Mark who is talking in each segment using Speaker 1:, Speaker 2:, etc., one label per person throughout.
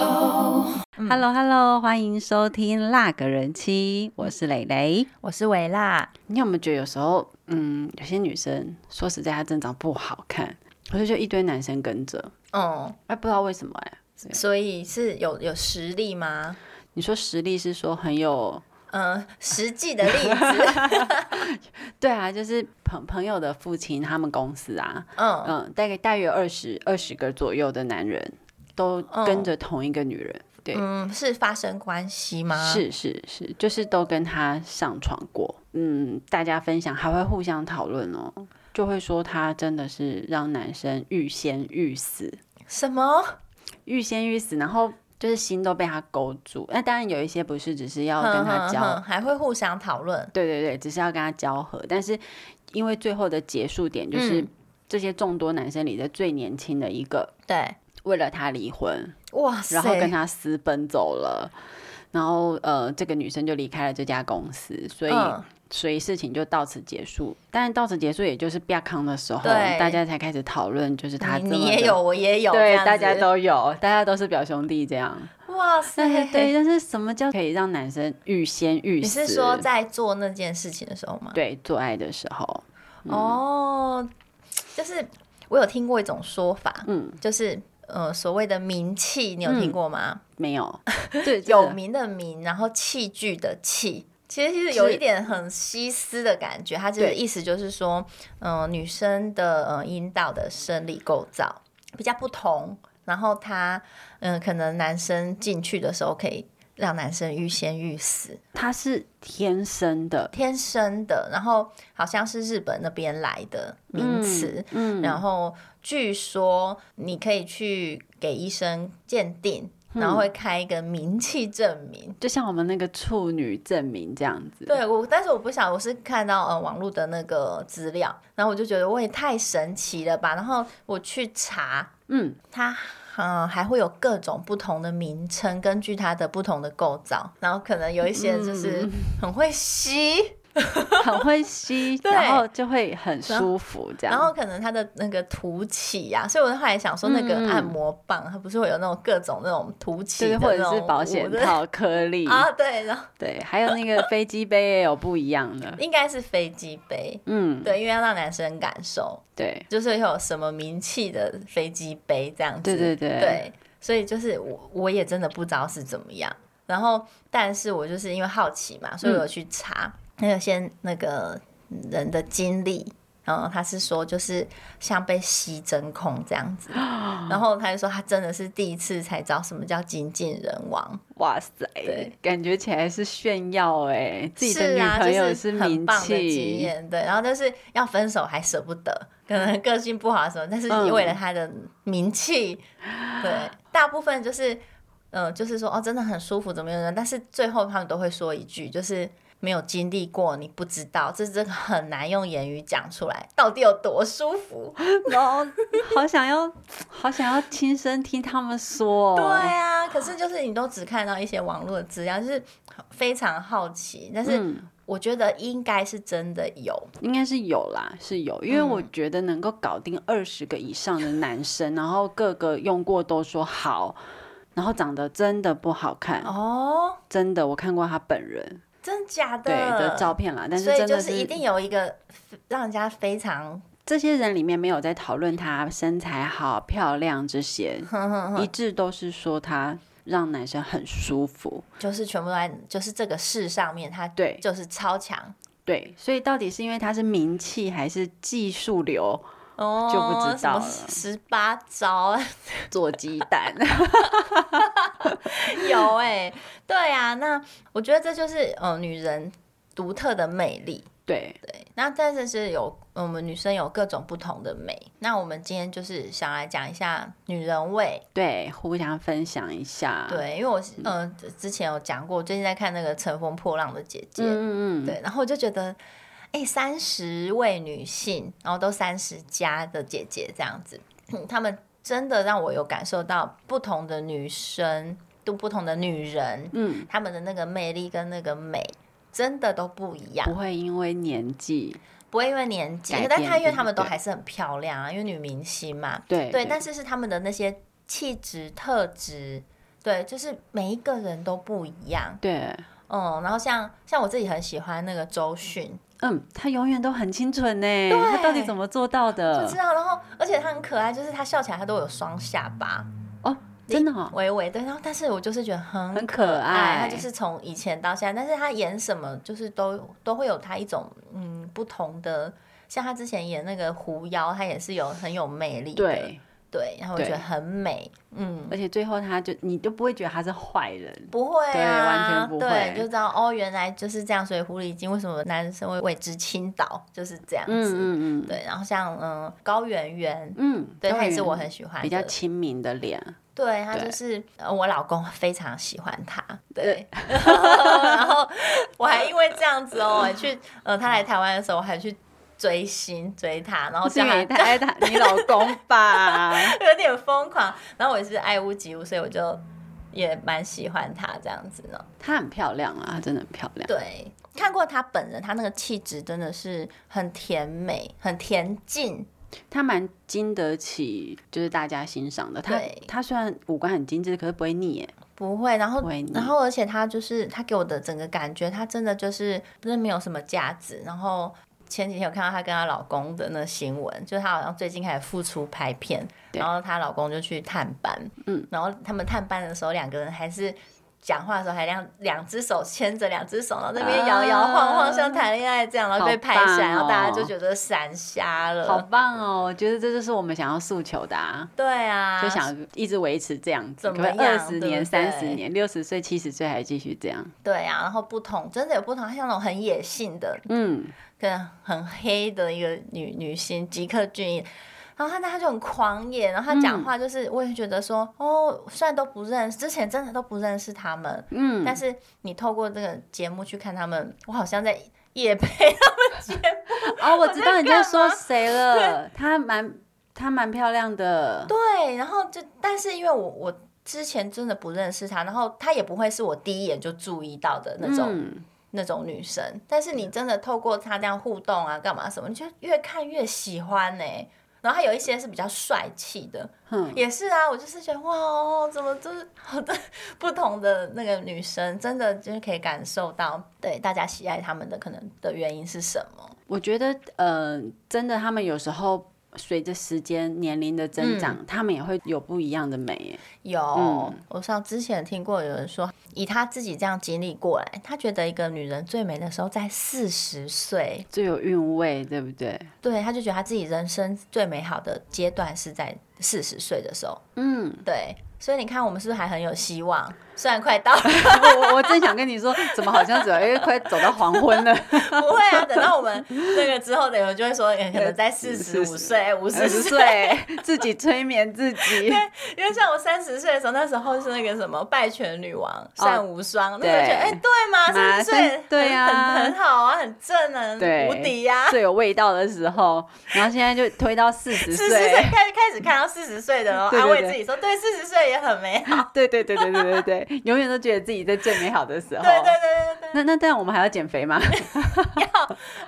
Speaker 1: Hello Hello，欢迎收听《辣个人妻》，我是蕾蕾。
Speaker 2: 我是维辣，
Speaker 1: 你有没有觉得有时候，嗯，有些女生说实在她真长不好看，可是就一堆男生跟着，
Speaker 2: 嗯，
Speaker 1: 哎，不知道为什么哎、
Speaker 2: 所以是有有实力吗？
Speaker 1: 你说实力是说很有，
Speaker 2: 嗯，实际的例 子，
Speaker 1: 对啊，就是朋朋友的父亲他们公司啊，
Speaker 2: 嗯，
Speaker 1: 嗯，大概大约二十二十个左右的男人都跟着同一个女人，对，
Speaker 2: 嗯，是发生关系吗？，
Speaker 1: 是是是，就是都跟他上床过。嗯，大家分享还会互相讨论哦，就会说他真的是让男生欲仙欲死，
Speaker 2: 什么？
Speaker 1: 欲仙欲死，然后就是心都被他勾住。那当然有一些不是只是要跟他
Speaker 2: 哼
Speaker 1: 交，
Speaker 2: 哼哼嗯还会互相讨论，
Speaker 1: 对对对，只是要跟他交合，但是因为最后的结束点就是、
Speaker 2: 嗯
Speaker 1: 这些众多男生里的最年轻的一个。
Speaker 2: 对，
Speaker 1: 为了他离婚，
Speaker 2: 哇塞，
Speaker 1: 然后跟他私奔走了，然后呃，这个女生就离开了这家公司，所以、
Speaker 2: 嗯
Speaker 1: 所以事情就到此结束。但是到此结束，也就是亚康的时候，
Speaker 2: 对
Speaker 1: 大家才开始讨论，就是他
Speaker 2: 你
Speaker 1: 这
Speaker 2: 你
Speaker 1: 么
Speaker 2: 也
Speaker 1: 的
Speaker 2: 有，我也有，这
Speaker 1: 对，
Speaker 2: 样
Speaker 1: 大家
Speaker 2: 子，
Speaker 1: 都有，大家都是表兄弟这样。
Speaker 2: 哇塞
Speaker 1: 但，是 对，但是什么叫可以让男生欲仙欲
Speaker 2: 你
Speaker 1: 死？
Speaker 2: 是说在做那件事情的时候吗？
Speaker 1: 对做爱的时候？
Speaker 2: 哦，就是我有听过一种说法，
Speaker 1: 嗯，
Speaker 2: 就是呃所谓的名气，你有听过吗？
Speaker 1: 没 有，对，
Speaker 2: 有名的名，然后器具的器。其实是有一点很西斯的感觉，它就是
Speaker 1: 对
Speaker 2: 意思就是说，嗯、女生的呃阴道的生理构造比较不同，然后它嗯、呃可能男生进去的时候可以让男生欲仙欲死，
Speaker 1: 他是天生的，
Speaker 2: 天生的，然后好像是日本那边来的名词，
Speaker 1: 嗯，
Speaker 2: 然后据说你可以去给医生鉴定，然后会开一个名气证明。
Speaker 1: 就像我们那个处女证明这样子，
Speaker 2: 对我，但是我不想，我是看到呃网络的那个资料，然后我就觉得我也太神奇了吧。然后我去查，
Speaker 1: 嗯，
Speaker 2: 它嗯、呃还会有各种不同的名称，根据它的不同的构造，然后可能有一些就是很会吸，
Speaker 1: 很会吸，
Speaker 2: 对
Speaker 1: 然后就会很舒服这样。
Speaker 2: 然后可能它的那个凸起呀、所以我后来想说那个
Speaker 1: 嗯嗯
Speaker 2: 按摩棒，它不是会有那种各种那种凸起
Speaker 1: 对，
Speaker 2: 的
Speaker 1: 或
Speaker 2: 那
Speaker 1: 者
Speaker 2: 种
Speaker 1: 是保险
Speaker 2: 我的
Speaker 1: 套颗粒，
Speaker 2: 啊，对，然后
Speaker 1: 对，还有那个飞机杯也有不一样的。
Speaker 2: 应该是飞机杯，
Speaker 1: 嗯，
Speaker 2: 对，因为要让男生感受。
Speaker 1: 对，
Speaker 2: 就是会有什么名气的飞机杯这样子。
Speaker 1: 对对对
Speaker 2: 对所以就是我我也真的不知道是怎么样。然后，但是我就是因为好奇嘛，所以我有去查
Speaker 1: 嗯
Speaker 2: 那个先那个人的经历。然后他是说，就是像被吸真空这 样子，然后他就说他真的是第一次才知道什么叫精尽人亡，
Speaker 1: 哇塞
Speaker 2: 对，
Speaker 1: 感觉起来是炫耀哎、自己的
Speaker 2: 是
Speaker 1: 女
Speaker 2: 啊，
Speaker 1: 朋友
Speaker 2: 就是
Speaker 1: 名
Speaker 2: 很棒的经
Speaker 1: 气，
Speaker 2: 验，对。然后就是要分手还舍不得，可能个性不好什么，但是
Speaker 1: 嗯
Speaker 2: 为了他的名气，对，大部分就是，呃，就是说哦，真的很舒服，怎么样？但是最后他们都会说一句，就是没有经历过，你不知道，这这个很难用言语讲出来，到底有多舒服？
Speaker 1: 然后好想要，好想要亲身听他们说、哦
Speaker 2: 对，啊，可是就是你都只看到一些网络的资料，就是非常好奇，但是
Speaker 1: 嗯，
Speaker 2: 我觉得应该是真的有，
Speaker 1: 应该是有啦，是有，因为我觉得能够搞定二十个以上的男生，然后各个用过都说好，然后长得真的不好看，
Speaker 2: 哦。
Speaker 1: 真的，我看过他本人
Speaker 2: 真假的？
Speaker 1: 对的照片啦，但是
Speaker 2: 所以
Speaker 1: 真
Speaker 2: 就
Speaker 1: 的
Speaker 2: 是一定有一个让人家非常
Speaker 1: 这些人里面没有在讨论他身材好、漂亮这些，
Speaker 2: 哼哼
Speaker 1: 一
Speaker 2: 哼，
Speaker 1: 致都是说他让男生很舒服。
Speaker 2: 就是全部都在就是这个世上面，他
Speaker 1: 对
Speaker 2: 就是超强
Speaker 1: 对，所以到底是因为他是名气还是技术 流
Speaker 2: 哦
Speaker 1: 就不知道了
Speaker 2: 十八招啊
Speaker 1: 做鸡蛋？
Speaker 2: 有哎、对啊，那我觉得这就是呃女人独特的魅力。
Speaker 1: 对，
Speaker 2: 对，那但是是有我们女生有各种不同的美。那我们今天就是想来讲一下女人味。
Speaker 1: 对，互相分享一下。，
Speaker 2: 对，因为我是嗯、呃、之前有讲过，我最近在看那个《乘风破浪的姐姐》
Speaker 1: 嗯嗯嗯，
Speaker 2: 对，然后我就觉得，哎、三十位女性，然后都三十加的姐姐这样子，嗯她们真的让我有感受到不同的女生都不同的女人，
Speaker 1: 嗯，
Speaker 2: 她们的那个魅力跟那个美真的都不一样
Speaker 1: 不，会因为年纪，
Speaker 2: 不会因为年纪
Speaker 1: 改，变
Speaker 2: 但她因为
Speaker 1: 对
Speaker 2: 她们
Speaker 1: 不
Speaker 2: 都
Speaker 1: 对
Speaker 2: 还是很漂亮啊，因为女明星嘛，
Speaker 1: 对
Speaker 2: 对，但是是她们的那些气质特质，对，就是每一个人都不一样，
Speaker 1: 对，
Speaker 2: 嗯，然后像像我自己很喜欢那个周迅，
Speaker 1: 嗯，他永远都很清纯呢，他到底怎么做到
Speaker 2: 不
Speaker 1: 的
Speaker 2: 知？道，然后而且她很可爱，就是她笑起来她都有双下巴，
Speaker 1: 哦，真的哦，
Speaker 2: 微微对，然后但是我就是觉得很
Speaker 1: 很可
Speaker 2: 爱，他
Speaker 1: 爱，
Speaker 2: 就是从以前到现在，但是他演什么就是都都会有他一种嗯不同的，像他之前演那个狐妖，他也是有很有魅力的，
Speaker 1: 对，
Speaker 2: 对，然后我觉得
Speaker 1: 对
Speaker 2: 很美，嗯，
Speaker 1: 而且最后他就你就不会觉得他是坏人，
Speaker 2: 不会
Speaker 1: 对
Speaker 2: 啊，
Speaker 1: 完全不
Speaker 2: 对
Speaker 1: 会
Speaker 2: 就知道哦，原来就是这样，所以狐狸精为什么男生会为之倾倒，就是这样子，
Speaker 1: 嗯嗯嗯
Speaker 2: 对，然后像嗯高圆圆，
Speaker 1: 嗯，
Speaker 2: 对，
Speaker 1: 当
Speaker 2: 他也
Speaker 1: 然
Speaker 2: 是我很喜欢
Speaker 1: 比较
Speaker 2: 的
Speaker 1: 亲民的脸，
Speaker 2: 对他
Speaker 1: 对
Speaker 2: 就是呃我老公非常喜欢他，对， 然后我还因为这样子哦，我去呃他来台湾的时候，我还去追星追他，然后
Speaker 1: 是
Speaker 2: 叫
Speaker 1: 因
Speaker 2: 他
Speaker 1: 为他爱他你老公吧？
Speaker 2: 有点疯狂，然后我也是爱屋及乌，所以我就也蛮喜欢他这样子呢。
Speaker 1: 她很漂亮啊，她真的很漂亮。
Speaker 2: 对，看过他本人，他那个气质真的是很甜美，很恬静，
Speaker 1: 她蛮经得起，就是大家欣赏的。她
Speaker 2: 对
Speaker 1: 她虽然五官很精致，可是不会腻耶。
Speaker 2: 不会，然后
Speaker 1: 不会腻
Speaker 2: 然后而且他就是他给我的整个感觉，他真的就是真的没有什么价值。然后前几天有看到她跟她老公的那新闻，就是她好像最近开始复出拍片，
Speaker 1: 对
Speaker 2: 然后她老公就去探班，
Speaker 1: 嗯，
Speaker 2: 然后他们探班的时候，两个人还是。讲话的时候还两两只手牵着两只手，然后这边摇摇晃晃，
Speaker 1: 啊
Speaker 2: 像谈恋爱这样，然后
Speaker 1: 好
Speaker 2: 被拍
Speaker 1: 棒哦
Speaker 2: 下来，然后大家就觉得闪瞎
Speaker 1: 好
Speaker 2: 了。
Speaker 1: 棒哦！我觉得这就是我们想要诉求的啊，
Speaker 2: 对啊，
Speaker 1: 就想一直维持这样子，
Speaker 2: 怎
Speaker 1: 可
Speaker 2: 么
Speaker 1: 不可以
Speaker 2: 样
Speaker 1: 二十年、
Speaker 2: 对不对
Speaker 1: 三十年、六十岁、七十岁还继续这样？
Speaker 2: 对啊，然后不同，真的有不同，像那种很野性的，
Speaker 1: 嗯，
Speaker 2: 跟很黑的一个女女星吉克隽逸，然后她她就很狂野，然后她讲话就是，我也觉得说，哦，虽然都不认识，之前真的都不认识他们，嗯，但是你透过这个节目去看他们，我好像在夜配，
Speaker 1: 哦，我知道你在说
Speaker 2: 干嘛
Speaker 1: 谁了， 她蛮她蛮漂亮的，
Speaker 2: 对，然后就，但是因为我我之前真的不认识她，然后她也不会是我第一眼就注意到的那种、
Speaker 1: 嗯，
Speaker 2: 那种女生，但是你真的透过他这样互动啊，干嘛什么，你就越看越喜欢呢、然后还有一些是比较帅气的，
Speaker 1: 嗯
Speaker 2: 也是啊，我就是觉得哇哦，怎么就是好的不同的那个女生，真的就是可以感受到对大家喜爱他们的可能的原因是什么？
Speaker 1: 我觉得，呃，真的，他们有时候随着时间、年龄的增长，他们也会有不一样的美耶。
Speaker 2: 有，
Speaker 1: 嗯
Speaker 2: 我上之前听过有人说，以他自己这样经历过来，他觉得一个女人最美的时候在四十岁，
Speaker 1: 最有韵味，对不对？
Speaker 2: 对，他就觉得他自己人生最美好的阶段是在四十岁的时候。
Speaker 1: 嗯，
Speaker 2: 对，所以你看，我们是不是还很有希望？虽然快到了，
Speaker 1: 我我正想跟你说，怎么好像走，哎，快走到黄昏了，
Speaker 2: 不会啊，等到我们那个之后的人就会说，欸可能
Speaker 1: 呃
Speaker 2: 在四十五岁、 五
Speaker 1: 二
Speaker 2: 十
Speaker 1: 十
Speaker 2: 岁。
Speaker 1: 岁， 自己催眠自 己。
Speaker 2: 因为像我三十岁的时候，那时候是那个什么拜权女王单无双，那时候觉得
Speaker 1: 哦对
Speaker 2: 哎、对嘛，三
Speaker 1: 嘛
Speaker 2: 十岁
Speaker 1: 三对啊
Speaker 2: 很很好啊，很正啊，
Speaker 1: 对，
Speaker 2: 无敌呀、
Speaker 1: 最有味道的时候，然后现在就推到四十
Speaker 2: 四十岁
Speaker 1: 岁，
Speaker 2: 开始开始看到四十岁的，然后
Speaker 1: 对对
Speaker 2: 安慰
Speaker 1: 对哦
Speaker 2: 自己说，对，四十岁也很美 好。
Speaker 1: 对对对对对对 对，永远都觉得自己在最美好的时候。
Speaker 2: 对对对对对。
Speaker 1: 那那但我们还要减肥 吗？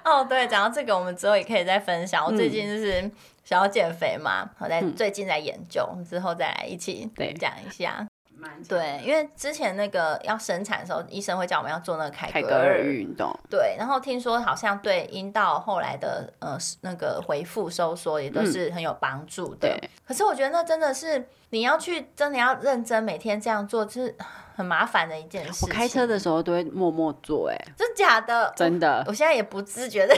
Speaker 2: 哦，对，讲到这个，我们之后也可以再分享。我最近就是想要减肥嘛，我在
Speaker 1: 嗯
Speaker 2: 最近在研究，我们之后再来一起
Speaker 1: 对
Speaker 2: 讲一下。对，因为之前那个要生产的时候，医生会叫我们要做那个凯
Speaker 1: 凯
Speaker 2: 格
Speaker 1: 格尔
Speaker 2: 尔。
Speaker 1: 运动，
Speaker 2: 对，然后听说好像对阴道后来的呃那个回复收缩也都是很有帮助的。
Speaker 1: 嗯对
Speaker 2: 可是我觉得那真的是你要去真的要认真每天这样做，就是很麻烦的一件事情。
Speaker 1: 我开车的时候都会默默做、哎，
Speaker 2: 真假的？
Speaker 1: 真 的。
Speaker 2: 我现在也不自觉的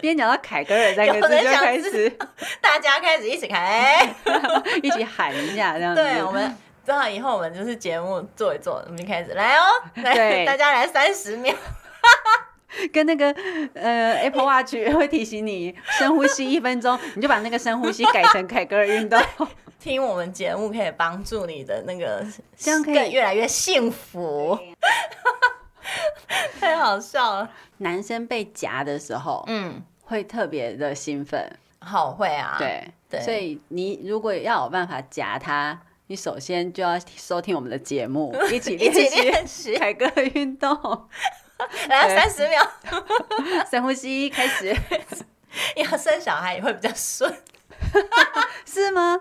Speaker 1: 边讲到凯格尔三个字
Speaker 2: 有人
Speaker 1: 就
Speaker 2: 想
Speaker 1: 开始
Speaker 2: 大家开始一起看，哎、
Speaker 1: 一起喊一下这样子。
Speaker 2: 对，我 们正好以后我们就是节目做一做，我们就开始来哦，来，
Speaker 1: 对
Speaker 2: 大家来三十秒，
Speaker 1: 跟那个呃 Apple Watch 会提醒你深呼吸一分钟，你就把那个深呼吸改成凯格尔运动。
Speaker 2: 听我们节目可以帮助你的那个，
Speaker 1: 这样可以
Speaker 2: 更越来越 幸福。太好笑了，
Speaker 1: 男生被夹的时候
Speaker 2: 嗯，
Speaker 1: 会特别的兴奋，
Speaker 2: 好会啊，
Speaker 1: 对
Speaker 2: 对
Speaker 1: 所以你如果要有办法夹他，你首先就要收听我们的节 目，一起
Speaker 2: 一起
Speaker 1: 习
Speaker 2: 练习，
Speaker 1: 凯歌运动，
Speaker 2: 来三十秒，
Speaker 1: 深呼吸，开始
Speaker 2: 要生小孩也会比较顺。
Speaker 1: 是吗？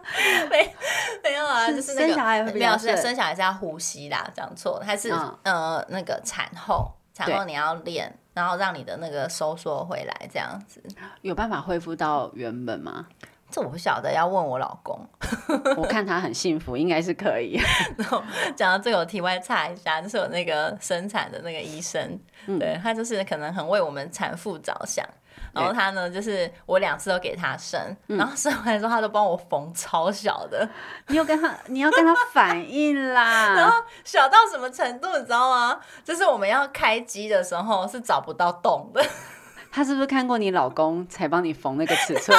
Speaker 2: 没有啊，
Speaker 1: 是
Speaker 2: 就是那个
Speaker 1: 生小孩会比
Speaker 2: 没
Speaker 1: 较
Speaker 2: 有生
Speaker 1: 顺
Speaker 2: 生小孩是要呼吸啦，讲错，它是、
Speaker 1: 嗯
Speaker 2: 呃那个产后，产后
Speaker 1: 对
Speaker 2: 你要练，然后让你的那个收缩回来这样子。
Speaker 1: 有办法恢复到原本吗？
Speaker 2: 这我不晓得，要问我老公。
Speaker 1: 我看他很幸福，应该是可以。
Speaker 2: 讲到这个，我题外插一下，就是我那个生产的那个医生，对他就是可能很为我们产妇着想。然后
Speaker 1: 对
Speaker 2: 他呢，就是我两次都给他生，然后生完之后他都帮我缝超小的，
Speaker 1: 你有跟他，你要跟他反应
Speaker 2: 然
Speaker 1: 啦。
Speaker 2: 后小到什么程度，你知道吗？就是我们要开机的时候是找不到洞的，
Speaker 1: 他是不是看过你老公才帮你缝那个尺寸？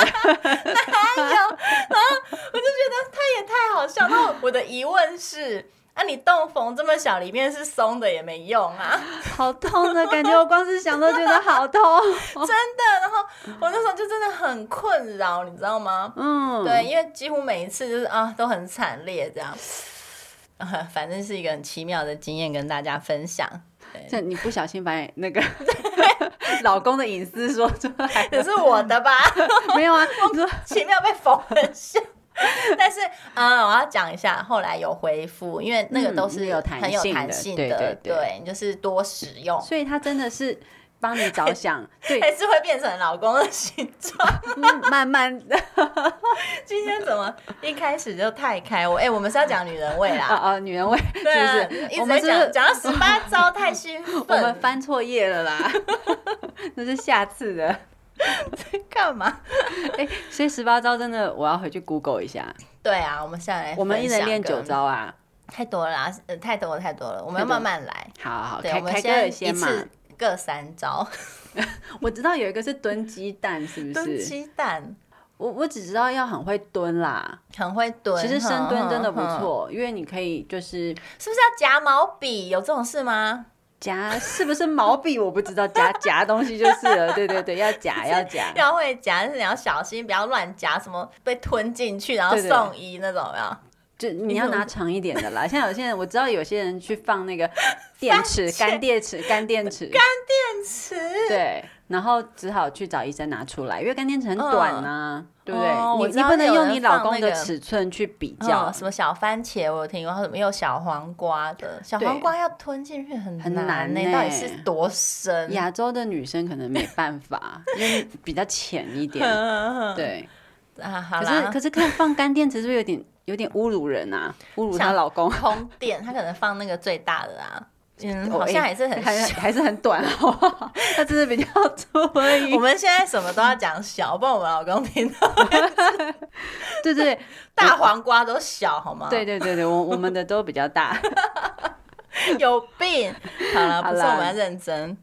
Speaker 2: 也太好笑。那我的疑问是，啊，你洞缝这么小，里面是松的也没用啊，
Speaker 1: 好痛的感觉，我光是想都觉得好痛。
Speaker 2: 真的。然后我那时候就真的很困扰，你知道吗？
Speaker 1: 嗯，
Speaker 2: 对，，因为几乎每一次就是啊都很惨烈这样。 啊反正是一个很奇妙的经验跟大家分享，
Speaker 1: 这你不小心把你那个 老公的隐私说出来
Speaker 2: 只
Speaker 1: 了，
Speaker 2: 是我的吧，
Speaker 1: 没有啊？你说
Speaker 2: 奇妙被缝很像。但是，嗯，我要讲一下，后来有恢复，因为那个都
Speaker 1: 嗯
Speaker 2: 是
Speaker 1: 有弹
Speaker 2: 很有
Speaker 1: 性
Speaker 2: 弹
Speaker 1: 的
Speaker 2: 性
Speaker 1: 对
Speaker 2: 的，
Speaker 1: 对对
Speaker 2: 对，你就是多使用，
Speaker 1: 所以他真的是帮你着 想，对，
Speaker 2: 还是会变成老公的形状。
Speaker 1: 嗯慢慢的，
Speaker 2: 今天怎么一开始就太开我？哎、我们是要讲女人味
Speaker 1: 啊
Speaker 2: 啦，
Speaker 1: 啊，女人味是
Speaker 2: 对啊，
Speaker 1: 不
Speaker 2: 一
Speaker 1: 是？我
Speaker 2: 直
Speaker 1: 们
Speaker 2: 在
Speaker 1: 是不是
Speaker 2: 讲讲到十八招太兴
Speaker 1: 我们
Speaker 2: 奋，
Speaker 1: 翻错页了 啦？那是下次 的。
Speaker 2: 干嘛？
Speaker 1: 哎，所以十八招真的，我要回去 Google 一下。
Speaker 2: 对啊，我们下来
Speaker 1: 我们一
Speaker 2: 分
Speaker 1: 人
Speaker 2: 享
Speaker 1: 练九
Speaker 2: 跟，
Speaker 1: 招啊。
Speaker 2: 太多了啊、呃，太多了，太多了，我们要
Speaker 1: 太多
Speaker 2: 慢慢来。
Speaker 1: 好好，
Speaker 2: 对，
Speaker 1: 开
Speaker 2: 我们
Speaker 1: 开歌也
Speaker 2: 一
Speaker 1: 先嘛。
Speaker 2: 次各三招，
Speaker 1: 我知道有一个是蹲鸡蛋，是不
Speaker 2: 蹲
Speaker 1: 是？
Speaker 2: 鸡蛋。
Speaker 1: 我我只知道要很会蹲啦。
Speaker 2: 很会蹲，嗯
Speaker 1: 其实深蹲真的不
Speaker 2: 哼，哼
Speaker 1: 错，因为你可以就是
Speaker 2: 哼是不是要夹毛笔？有这种事吗？
Speaker 1: 夹，是不是毛笔我不知道，夹 夹东西就是了。对对对，要 啊夹要夹。
Speaker 2: 要会夹，但是你要小心，不要乱夹，什么被吞进去，然后
Speaker 1: 对对
Speaker 2: 送医那种，有没有？
Speaker 1: 就你要拿长一点的啦，像有些人我知道有些人去放那个电 池、干电池、干电池，
Speaker 2: 是，
Speaker 1: 对，然后只好去找医生拿出来，因为干电池很短呐、对不对？
Speaker 2: 哦我
Speaker 1: 你
Speaker 2: 知
Speaker 1: 你
Speaker 2: 道
Speaker 1: 不能
Speaker 2: 有
Speaker 1: 用
Speaker 2: 人
Speaker 1: 你老
Speaker 2: 放
Speaker 1: 公
Speaker 2: 那
Speaker 1: 的
Speaker 2: 个嗯
Speaker 1: 尺寸去比较
Speaker 2: 叫，哦什么小番茄，我有听过，还有什么有小黄瓜的，小
Speaker 1: 对
Speaker 2: 黄瓜要吞进去很
Speaker 1: 很
Speaker 2: 难
Speaker 1: 难
Speaker 2: 呢、
Speaker 1: 呢
Speaker 2: 到底是多深？
Speaker 1: 亚洲的女生可能没办法，因为比较浅一点。
Speaker 2: 对
Speaker 1: 对，
Speaker 2: 啊，好
Speaker 1: 可
Speaker 2: 啦
Speaker 1: 是可，是看放干电池是不是有点有点侮辱人啊？侮辱她
Speaker 2: 像
Speaker 1: 老公，
Speaker 2: 通电，他可能放那个最大的啊，嗯，
Speaker 1: 我
Speaker 2: 好像
Speaker 1: 哎
Speaker 2: 还是 很
Speaker 1: 还
Speaker 2: 小。
Speaker 1: 还是很短，好不好？她真的比较粗而已
Speaker 2: 我。们现在什么都要讲小，不然我们老公听到
Speaker 1: 对对对
Speaker 2: 大黄瓜都小，好吗？
Speaker 1: 对对对对，我我们的都比较 大。
Speaker 2: 有病！好了，
Speaker 1: 好啦
Speaker 2: 不是我们要认真。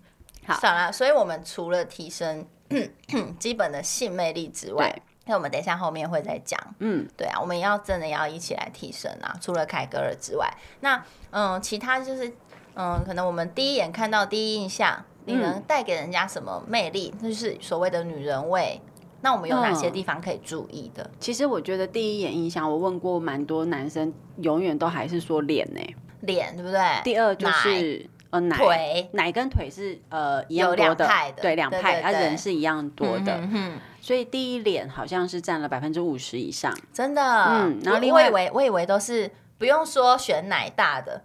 Speaker 1: 好
Speaker 2: 算了，所以我们除了提升 基本的性魅力之外
Speaker 1: 对，
Speaker 2: 那我们等一下后面会再讲。
Speaker 1: 嗯，
Speaker 2: 对啊，我们要真的要一起来提升啊！除了凯格尔之外，那嗯，其他就是嗯，可能我们第一眼看到第一印象，你
Speaker 1: 嗯
Speaker 2: 能带给人家什么魅力？那就是所谓的女人味。那我们有哪些
Speaker 1: 嗯
Speaker 2: 地方可以注意的？
Speaker 1: 其实我觉得第一眼印象，我问过蛮多男生，永远都还是说脸呢、
Speaker 2: 脸，对不对？
Speaker 1: 第二就是呃奶
Speaker 2: 腿
Speaker 1: 奶跟腿是呃一样
Speaker 2: 有
Speaker 1: 多
Speaker 2: 两派的
Speaker 1: 对两
Speaker 2: 对
Speaker 1: 派，
Speaker 2: 对
Speaker 1: 啊
Speaker 2: 对
Speaker 1: 人是一样多的，
Speaker 2: 嗯哼哼
Speaker 1: 所以第一脸好像是占了百分之五十以上。
Speaker 2: 真的，
Speaker 1: 嗯然后
Speaker 2: 我
Speaker 1: 另外
Speaker 2: 我以为我以为都是不用说选奶 大的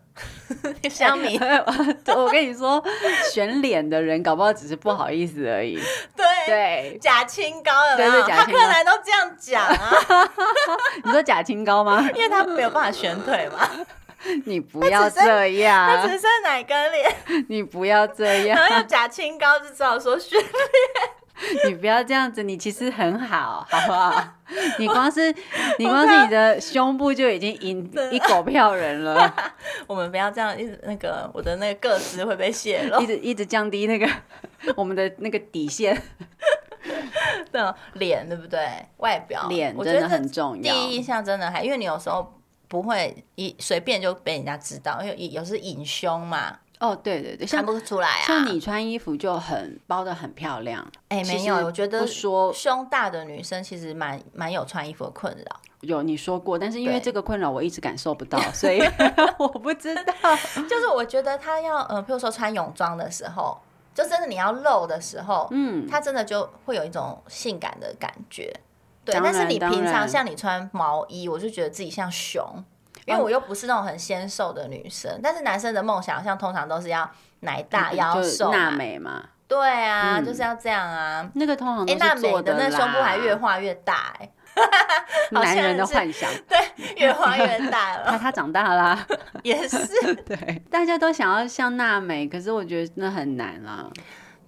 Speaker 2: 香米，
Speaker 1: 我跟你说，选脸的人搞不好只是不好意思而已。
Speaker 2: 对。
Speaker 1: 对，
Speaker 2: 假清高的，
Speaker 1: 对对假
Speaker 2: 他
Speaker 1: 清
Speaker 2: 克
Speaker 1: 高
Speaker 2: 南都这样讲啊，
Speaker 1: 你说假清高吗？
Speaker 2: 因为他没有办法选腿嘛，
Speaker 1: 啊你不要
Speaker 2: 只
Speaker 1: 这
Speaker 2: 是他啊
Speaker 1: 样
Speaker 2: 只，剩奶跟脸，
Speaker 1: 你不要这样，
Speaker 2: 然后又假清高，就只好说选。
Speaker 1: 你不要这样子，你其实很好，好不好？你光 是你光是你的胸部就已经赢
Speaker 2: 啊
Speaker 1: 一狗票人了，
Speaker 2: 我们不要这样，一直那个我的那个个资会被泄
Speaker 1: 一
Speaker 2: 露。
Speaker 1: 直一直降低那个我们的那个底线，
Speaker 2: 对，脸对不对？外表
Speaker 1: 脸
Speaker 2: 我觉
Speaker 1: 真的
Speaker 2: 得这
Speaker 1: 很重
Speaker 2: 第
Speaker 1: 要。
Speaker 2: 一印象真的还，因为你有时候不会一随便就被人家知道，因为有有时隐胸嘛，
Speaker 1: 哦，对对对，
Speaker 2: 看
Speaker 1: 像
Speaker 2: 不出来啊。
Speaker 1: 像你穿衣服就很包的很漂亮，
Speaker 2: 哎、
Speaker 1: 其
Speaker 2: 没
Speaker 1: 实
Speaker 2: 有，我觉得
Speaker 1: 不说
Speaker 2: 胸大的女生其实蛮蛮有穿衣服的困扰。
Speaker 1: 有你说过，但是因为
Speaker 2: 对
Speaker 1: 这个困扰我一直感受不 到，所以 我不知道。
Speaker 2: 就是我觉得她要，呃，譬如说穿泳装的时候，就真的你要露的时候，嗯，她真的就会有一种性感的感觉。对，
Speaker 1: 当
Speaker 2: 但是
Speaker 1: 然
Speaker 2: 你
Speaker 1: 当
Speaker 2: 平常
Speaker 1: 然
Speaker 2: 像你穿毛衣，我就觉得自己像熊，因
Speaker 1: 哦
Speaker 2: 为我又不是那种很纤瘦的女生。但是男生的梦想好像通常都是要奶大
Speaker 1: 嗯
Speaker 2: 腰
Speaker 1: 就是
Speaker 2: 瘦
Speaker 1: 娜
Speaker 2: 嘛，
Speaker 1: 美嘛，
Speaker 2: 对啊，就是要这样啊。
Speaker 1: 那个通常都
Speaker 2: 哎、娜
Speaker 1: 是
Speaker 2: 美
Speaker 1: 做
Speaker 2: 的
Speaker 1: 啦
Speaker 2: 那胸部还 越画越大、哎，好
Speaker 1: 男人的
Speaker 2: 像
Speaker 1: 幻想。
Speaker 2: 对，越画越大
Speaker 1: 他
Speaker 2: 了，
Speaker 1: 他长大啦，
Speaker 2: 也是。
Speaker 1: 对，大家都想要像娜美，可是我觉得那很难啊。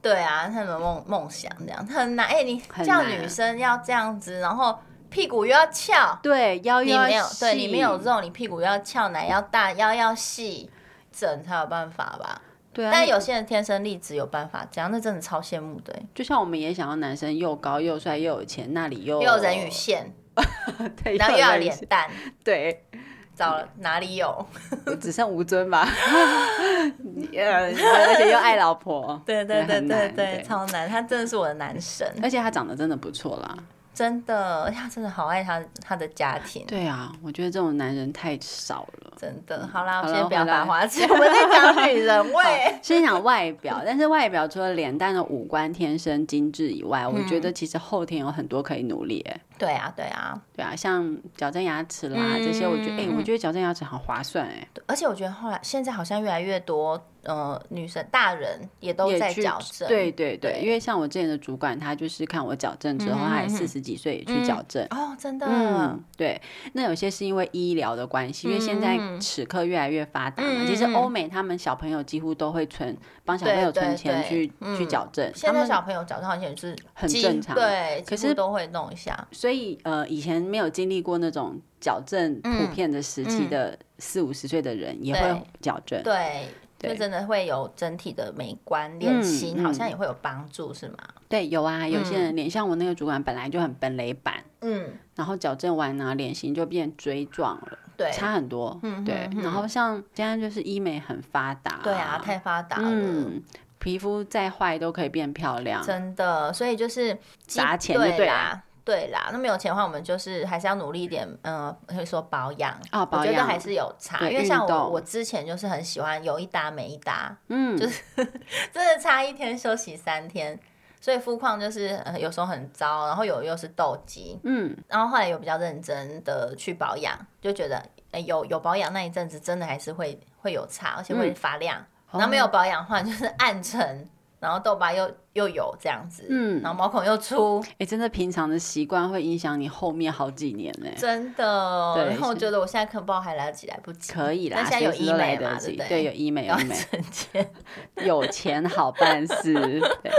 Speaker 2: 对啊，他们梦梦想这样很难。哎、你
Speaker 1: 很
Speaker 2: 叫
Speaker 1: 难
Speaker 2: 女生要这样子，然后屁股又要翘，
Speaker 1: 对，腰
Speaker 2: 你
Speaker 1: 又要
Speaker 2: 没有对
Speaker 1: 细
Speaker 2: 你没有肉，你屁股要翘，奶要大，腰要细，整才有办法吧。
Speaker 1: 对啊，
Speaker 2: 但
Speaker 1: 那
Speaker 2: 有些人天生丽质有办法这样，那真的超羡慕的、哎
Speaker 1: 就像我们也想要男生又高又帅又有钱，那里又
Speaker 2: 又有人鱼， 线，
Speaker 1: 对，
Speaker 2: 然后又
Speaker 1: 有
Speaker 2: 要
Speaker 1: 人鱼
Speaker 2: 脸
Speaker 1: 线，
Speaker 2: 蛋，
Speaker 1: 对，
Speaker 2: 找了哪里有？
Speaker 1: 只剩吴尊吧， 呃，而且又爱老婆，
Speaker 2: 对对对
Speaker 1: 很
Speaker 2: 对
Speaker 1: 难
Speaker 2: 对，超难。他真的是我的男神，
Speaker 1: 而且他长得真的不错啦。
Speaker 2: 真的，他真的好爱他他的家庭。
Speaker 1: 对啊，我觉得这种男人太少了。
Speaker 2: 真的，好啦，
Speaker 1: 好
Speaker 2: 我们
Speaker 1: 了
Speaker 2: 先不要
Speaker 1: 回来
Speaker 2: 打花痴，我们在讲女人 味。
Speaker 1: 先讲外 表，但是外表除了脸蛋的五官天生精致以外，我觉
Speaker 2: 嗯
Speaker 1: 得其实后天有很多可以努力、欸。
Speaker 2: 对啊，对啊，
Speaker 1: 对啊，像矫正牙齿啦、这些，我觉得，哎、
Speaker 2: 嗯
Speaker 1: 我觉得矫正牙齿好划算哎、
Speaker 2: 对而且我觉得后来现在好像越来越多，呃，女生大人也都
Speaker 1: 也
Speaker 2: 在
Speaker 1: 去
Speaker 2: 矫正，
Speaker 1: 对对对，
Speaker 2: 对
Speaker 1: 因为像我之前的主管，他就是看我矫正之后，
Speaker 2: 嗯哼
Speaker 1: 他也
Speaker 2: 嗯哼
Speaker 1: 四十几岁也去矫正。
Speaker 2: 哦，真的，
Speaker 1: 嗯，对，那有些是因为医疗的关系，因为现在
Speaker 2: 嗯
Speaker 1: 齿科越来越发达嘛。
Speaker 2: 嗯
Speaker 1: 其实
Speaker 2: 嗯嗯
Speaker 1: 欧美他们小朋友几乎都会存，帮小
Speaker 2: 对
Speaker 1: 朋友存
Speaker 2: 对
Speaker 1: 钱
Speaker 2: 对
Speaker 1: 去
Speaker 2: 嗯
Speaker 1: 去矫正。
Speaker 2: 现
Speaker 1: 他
Speaker 2: 在
Speaker 1: 们
Speaker 2: 小朋友矫正好像也是
Speaker 1: 很
Speaker 2: 几
Speaker 1: 正常
Speaker 2: 对，
Speaker 1: 可
Speaker 2: 几乎
Speaker 1: 是
Speaker 2: 都会弄一下，
Speaker 1: 所以呃，以前没有经历过那种矫正普
Speaker 2: 嗯
Speaker 1: 遍的时期
Speaker 2: 嗯
Speaker 1: 的四五十岁的人也
Speaker 2: 对
Speaker 1: 会矫正。
Speaker 2: 对，就
Speaker 1: 对
Speaker 2: 真的会有整体的美观，脸型
Speaker 1: 嗯
Speaker 2: 好像也会有帮助，是吗？
Speaker 1: 对，有啊，有些人脸像我那个主管本来就很本垒板，
Speaker 2: 嗯，
Speaker 1: 然后矫正完呢、脸型就变锥状了，
Speaker 2: 对，
Speaker 1: 差很多。
Speaker 2: 嗯
Speaker 1: 对
Speaker 2: 嗯，嗯
Speaker 1: 然后像现在就是医美很发达，
Speaker 2: 对啊，太发达了。
Speaker 1: 嗯，皮肤再坏都可以变漂亮。
Speaker 2: 真的，所以就是基
Speaker 1: 砸钱就
Speaker 2: 对
Speaker 1: 对
Speaker 2: 啦，对啦。那没有钱的话，我们就是还是要努力一点，嗯、呃，会说保养
Speaker 1: 啊保养
Speaker 2: 我觉得还是有差。
Speaker 1: 对
Speaker 2: 因为像
Speaker 1: 运
Speaker 2: 我，
Speaker 1: 动
Speaker 2: 我之前就是很喜欢有一搭没一搭，
Speaker 1: 嗯，就是
Speaker 2: 真的差一天休息三天，所以肤况就是、呃、有时候很糟，然后有又是痘肌，
Speaker 1: 嗯，
Speaker 2: 然后后来有比较认真的去保养，就觉得、呃、有有保养那一阵子，真的还是会会有差，而且
Speaker 1: 嗯
Speaker 2: 会发亮。
Speaker 1: 哦
Speaker 2: 然后没有保养的话，就是暗沉，然后痘疤又又有这样子，
Speaker 1: 嗯
Speaker 2: 然后毛孔又粗，
Speaker 1: 哎、真的平常的习惯会影响你后面好几年呢、
Speaker 2: 真的。哦
Speaker 1: 对
Speaker 2: 然后我
Speaker 1: 是
Speaker 2: 觉得我现在可能不知道还来得及，来不及。
Speaker 1: 可以啦，
Speaker 2: 但现在有
Speaker 1: 随时都
Speaker 2: 医美
Speaker 1: 来得
Speaker 2: 嘛
Speaker 1: 及
Speaker 2: 对不对
Speaker 1: 对，有医美，有
Speaker 2: 然后
Speaker 1: 医 美，
Speaker 2: 整天
Speaker 1: 有钱好办事。对，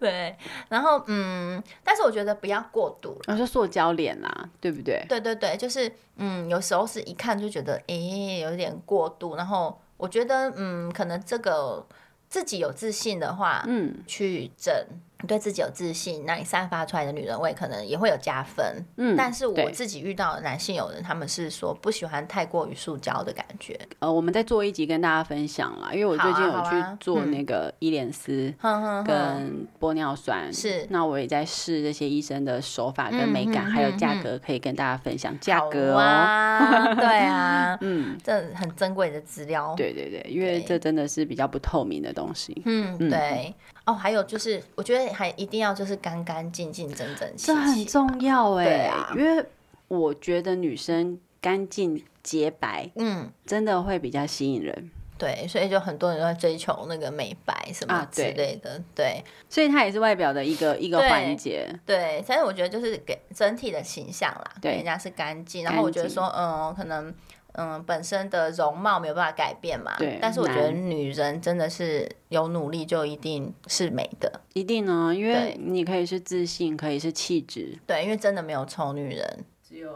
Speaker 2: 对，然后嗯，但是我觉得不要过度了。
Speaker 1: 我说塑胶脸啦，对不对？
Speaker 2: 对对对，就是嗯，有时候是一看就觉得诶、有点过度，然后我觉得嗯，可能这个自己有自信的话，
Speaker 1: 嗯
Speaker 2: 去整，你对自己有自信，那你散发出来的女人味可能也会有加分。
Speaker 1: 嗯，
Speaker 2: 但是我
Speaker 1: 对
Speaker 2: 自己遇到的男性友人，他们是说不喜欢太过于塑胶的感觉。
Speaker 1: 呃，我们再做一集跟大家分享啦，因为我最近
Speaker 2: 好
Speaker 1: 有
Speaker 2: 啊好啊
Speaker 1: 去做
Speaker 2: 嗯
Speaker 1: 那个伊莲丝
Speaker 2: 哼哼哼，
Speaker 1: 跟玻尿酸，
Speaker 2: 是
Speaker 1: 那我也在试这些医生的手法跟美感，
Speaker 2: 嗯嗯
Speaker 1: 还有
Speaker 2: 嗯
Speaker 1: 价
Speaker 2: 嗯
Speaker 1: 格可以跟大家分享价格
Speaker 2: 好
Speaker 1: 哦。
Speaker 2: 啊，对啊，
Speaker 1: 嗯，
Speaker 2: 这很珍贵的资料。，哦
Speaker 1: 对对对，因为
Speaker 2: 对
Speaker 1: 这真的是比较不透明的东西，
Speaker 2: 嗯，
Speaker 1: 嗯
Speaker 2: 对。哦，还有就是，我觉得还一定要就是干干净净、整整齐
Speaker 1: 这很
Speaker 2: 齐。
Speaker 1: 重要哎、
Speaker 2: 对啊
Speaker 1: 因为我觉得女生干净洁白
Speaker 2: 嗯，
Speaker 1: 真的会比较吸引人，
Speaker 2: 对，所以就很多人都在追求那个美白什么
Speaker 1: 啊
Speaker 2: 之
Speaker 1: 对
Speaker 2: 类的，对
Speaker 1: 所以它也是外表的一个一个
Speaker 2: 对
Speaker 1: 环节。
Speaker 2: 对，但是我觉得就是给整体的形象啦，
Speaker 1: 对
Speaker 2: 给人家是干净。然后我觉得
Speaker 1: 干净
Speaker 2: 说，嗯，可能嗯本身的容貌没有办法改变嘛，
Speaker 1: 对
Speaker 2: 但是我觉得
Speaker 1: 难
Speaker 2: 女人真的是有努力就一定是美的，
Speaker 1: 一定呢，因
Speaker 2: 对
Speaker 1: 为你可以是自信，可以是气质，
Speaker 2: 对，因为真的没有丑女人。
Speaker 1: 嗯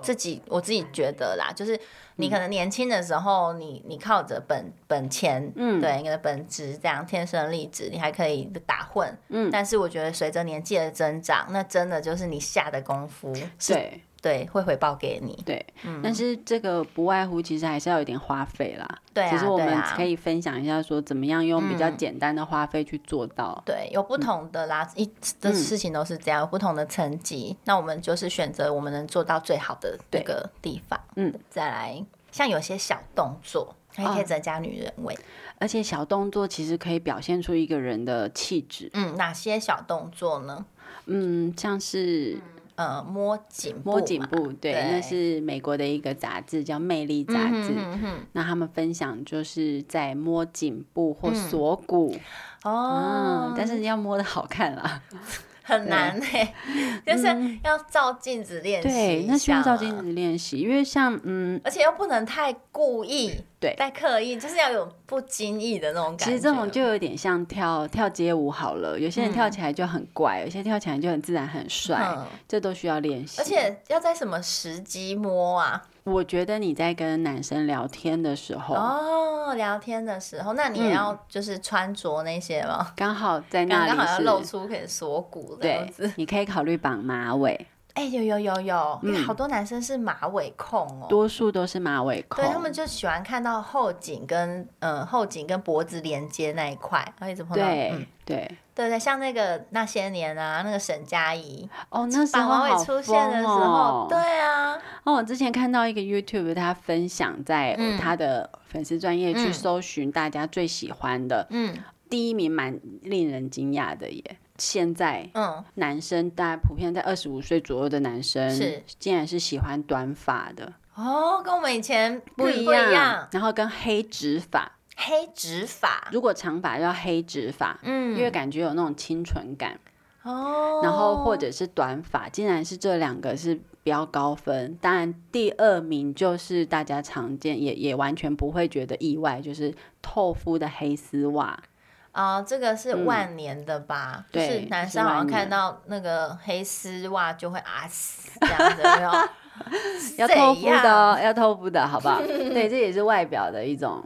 Speaker 2: 自己我自己觉得啦，就是你可能年轻的时候，你你靠着本本钱，
Speaker 1: 嗯
Speaker 2: 对，你的本质这样天生丽质，你还可以打混，
Speaker 1: 嗯
Speaker 2: 但是我觉得随着年纪的增长，那真的就是你下的功夫是
Speaker 1: 对，
Speaker 2: 对，会回报给你。
Speaker 1: 对，
Speaker 2: 嗯
Speaker 1: 但是这个不外乎其实还是要有点花费啦。
Speaker 2: 对啊
Speaker 1: 其实我
Speaker 2: 对
Speaker 1: 们
Speaker 2: 啊
Speaker 1: 可以分享一下，说怎么样用比较简单的花费去做到。
Speaker 2: 对，有不同的啦，一
Speaker 1: 嗯
Speaker 2: 的事情都是这样，有不同的层级。那我们就是选择我们能做到最好的那个地方，
Speaker 1: 嗯，
Speaker 2: 再来，像有些小动作，还可以
Speaker 1: 哦
Speaker 2: 增加女人味。
Speaker 1: 而且小动作其实可以表现出一个人的气质。
Speaker 2: 嗯，哪些小动作呢？
Speaker 1: 嗯，像是
Speaker 2: 呃，摸颈部
Speaker 1: 摸颈
Speaker 2: 嘛
Speaker 1: 部，对，
Speaker 2: 对
Speaker 1: 那是美国的一个杂志叫《魅力》杂
Speaker 2: 嗯
Speaker 1: 志。
Speaker 2: 哼哼
Speaker 1: 那他们分享就是在摸颈部或
Speaker 2: 嗯
Speaker 1: 锁骨，嗯
Speaker 2: 哼哦，，
Speaker 1: 但是要摸的好看啦。
Speaker 2: 很
Speaker 1: 对嗯
Speaker 2: 难哎、就是要照镜子 练习一下嘛。
Speaker 1: 对，那需要照镜子练习，因为像嗯，
Speaker 2: 而且又不能太故意，
Speaker 1: 对
Speaker 2: 太刻意，就是要有不经意的那种感觉。
Speaker 1: 其实这种就有点像跳跳街舞好了，有些人跳起来就很怪，有些跳起来就很自然很帅，
Speaker 2: 嗯
Speaker 1: 这都需要练习。
Speaker 2: 而，且要在什么时机摸啊？
Speaker 1: 我觉得你在跟男生聊天的时候，
Speaker 2: 哦，聊天的时候，那你也要就是穿着那些吗？
Speaker 1: 刚好在那嗯
Speaker 2: 刚
Speaker 1: 里
Speaker 2: 刚好要
Speaker 1: 是，
Speaker 2: 露出可以锁骨这样
Speaker 1: 对
Speaker 2: 子。，
Speaker 1: 你可以考虑绑马尾，
Speaker 2: 哎、有有有有，
Speaker 1: 嗯
Speaker 2: 好多男生是马尾控哦。
Speaker 1: 多数都是马尾控。
Speaker 2: 对他们就喜欢看到后颈跟呃后颈跟脖子连接那一块，然后一直碰到。
Speaker 1: 对、
Speaker 2: 嗯
Speaker 1: 对
Speaker 2: 对对，像那个那些年啊，那个沈佳宜
Speaker 1: 哦，那时候
Speaker 2: 绑马
Speaker 1: 好
Speaker 2: 尾出现的时候，
Speaker 1: 疯哦
Speaker 2: 对啊，
Speaker 1: 哦，我之前看到一个 YouTube，他分享在
Speaker 2: 嗯
Speaker 1: 他的粉丝专业去
Speaker 2: 嗯
Speaker 1: 搜寻大家最喜欢的，
Speaker 2: 嗯
Speaker 1: 第一名蛮令人惊讶的耶。现在
Speaker 2: 嗯，
Speaker 1: 男生大概普遍在二十五岁左右的男生，
Speaker 2: 是
Speaker 1: 竟然是喜欢短发的，
Speaker 2: 哦，跟我们以前
Speaker 1: 不
Speaker 2: 一
Speaker 1: 一样。然后跟黑直发，
Speaker 2: 黑直发，
Speaker 1: 如果长发要黑直发，
Speaker 2: 嗯，
Speaker 1: 因为感觉有那种清纯感。
Speaker 2: 哦，
Speaker 1: 然后或者是短发，竟然是这两个是比较高分。当然，第二名就是大家常见，也也完全不会觉得意外，就是透肤的黑丝袜。
Speaker 2: 啊、这个是万年的吧？就
Speaker 1: 嗯对
Speaker 2: 是男生好像看到那个黑丝袜就会啊死这样子，有没有
Speaker 1: 要透
Speaker 2: 怎
Speaker 1: 肤
Speaker 2: 样
Speaker 1: 的哦，要透肤的，好不好？对，这也是外表的一种。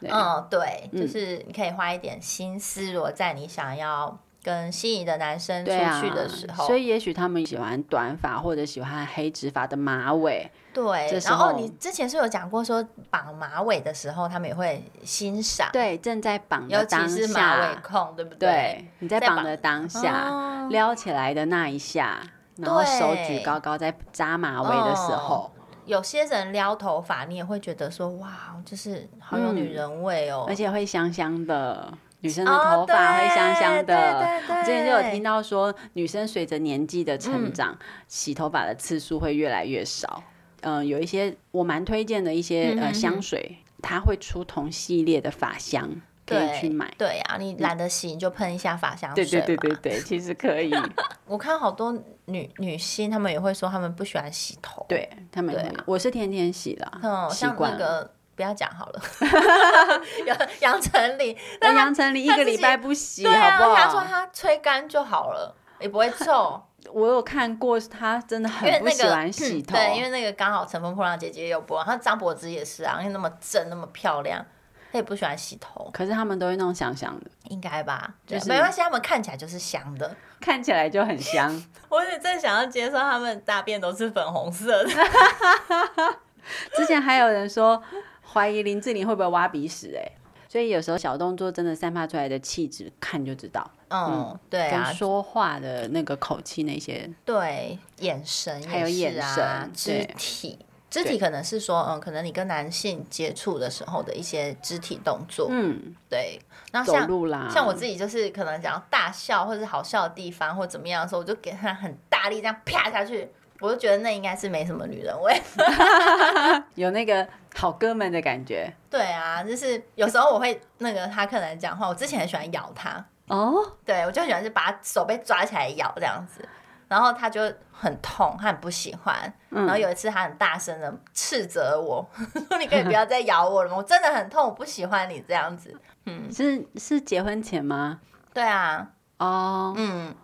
Speaker 1: 对，
Speaker 2: 嗯，对，
Speaker 1: 嗯
Speaker 2: 就是你可以花一点心思，如果在你想要跟心仪的男生 出
Speaker 1: 对啊，
Speaker 2: 去的时候，
Speaker 1: 所以也许他们喜欢短发或者喜欢黑直发的马尾，
Speaker 2: 对
Speaker 1: 这，时
Speaker 2: 然后
Speaker 1: 候
Speaker 2: 你之前是有讲过说绑马尾的时候，他们也会欣赏，
Speaker 1: 对，正在绑
Speaker 2: 尤
Speaker 1: 的
Speaker 2: 其
Speaker 1: 当
Speaker 2: 是马尾
Speaker 1: 下，
Speaker 2: 控，对不
Speaker 1: 对，你在
Speaker 2: 在
Speaker 1: 绑
Speaker 2: 绑
Speaker 1: 的当下，
Speaker 2: 哦
Speaker 1: 撩起来的那一下，然后手
Speaker 2: 对哦
Speaker 1: 举高高在扎马尾的时候，
Speaker 2: 有些人撩头发，你也会觉得说哇，就是好有女人味哦。
Speaker 1: 嗯而且会香香的。女生的
Speaker 2: 哦
Speaker 1: 头发会
Speaker 2: 对
Speaker 1: 香香的，
Speaker 2: 对对对嗯
Speaker 1: 我之前就有听到说，女生随着年纪的成长，洗头发的次数会越来越少。嗯、有一些我蛮推荐的一些、
Speaker 2: 嗯哼
Speaker 1: 呃
Speaker 2: 哼
Speaker 1: 香水，它会出同系列的发香，可以
Speaker 2: 对
Speaker 1: 去买。嗯
Speaker 2: 对啊，你懒得洗，你就喷一下发香水
Speaker 1: 对
Speaker 2: 嘛。
Speaker 1: 对对对对，其实可以。
Speaker 2: 我看好多女女星，她们也会说她们不喜欢洗 头。，
Speaker 1: 对他们
Speaker 2: 对啊
Speaker 1: 会，我是天天洗啦，
Speaker 2: 嗯，
Speaker 1: 习
Speaker 2: 像
Speaker 1: 惯
Speaker 2: 那
Speaker 1: 了。
Speaker 2: 个不要讲好了， 杨杨丞 琳，
Speaker 1: 那杨丞琳一
Speaker 2: 他
Speaker 1: 个
Speaker 2: 自
Speaker 1: 礼
Speaker 2: 己
Speaker 1: 拜不洗，
Speaker 2: 对啊，
Speaker 1: 好不
Speaker 2: 她说
Speaker 1: 好？
Speaker 2: 她吹干就好了，也不会臭。
Speaker 1: 我有看过，他真的
Speaker 2: 因为
Speaker 1: 很不
Speaker 2: 那
Speaker 1: 喜
Speaker 2: 个嗯
Speaker 1: 欢洗头，
Speaker 2: 对，因为那个刚好《乘风破浪》姐姐也有播，然后张柏芝也是啊，因为那么正那么漂亮，她也不喜欢洗头，
Speaker 1: 可是他们都会弄香香的，
Speaker 2: 应该吧？
Speaker 1: 就
Speaker 2: 对
Speaker 1: 是
Speaker 2: 没关系，他们看起来就是香的。
Speaker 1: 看起来就很香。
Speaker 2: 我也正想要接受他们大便都是粉红色的，
Speaker 1: 之前还有人说怀疑林志玲会不会挖鼻屎、欸，所以有时候小动作真的散发出来的气质，看就知道，
Speaker 2: 嗯，对啊
Speaker 1: 跟，说话的那个口气那些，
Speaker 2: 对，眼神也是啊
Speaker 1: 还有眼神
Speaker 2: 肢
Speaker 1: 对
Speaker 2: 体。肢体可能是说，嗯，可能你跟男性接触的时候的一些肢体动作，
Speaker 1: 嗯，
Speaker 2: 对。然后
Speaker 1: 走
Speaker 2: 像
Speaker 1: 路啊啦，
Speaker 2: 像我自己就是可能讲大笑或者是好笑的地方或怎么样的时候，我就给他很大力这样啪下去，我就觉得那应该是没什么女人味。
Speaker 1: 有那个好哥们的感觉
Speaker 2: 对啊，就是有时候我会那个他可能讲话，我之前很喜欢咬他，
Speaker 1: 哦，
Speaker 2: 对我就很喜欢是把他手被抓起来咬这样子，然后他就很痛，他很不喜欢。
Speaker 1: 嗯
Speaker 2: 然后有一次他很大声的斥责我， 说你可以不要再咬我了吗？我真的很痛，我不喜欢你这样子。
Speaker 1: 嗯是是结婚前吗？
Speaker 2: 对啊，
Speaker 1: 哦，
Speaker 2: 嗯，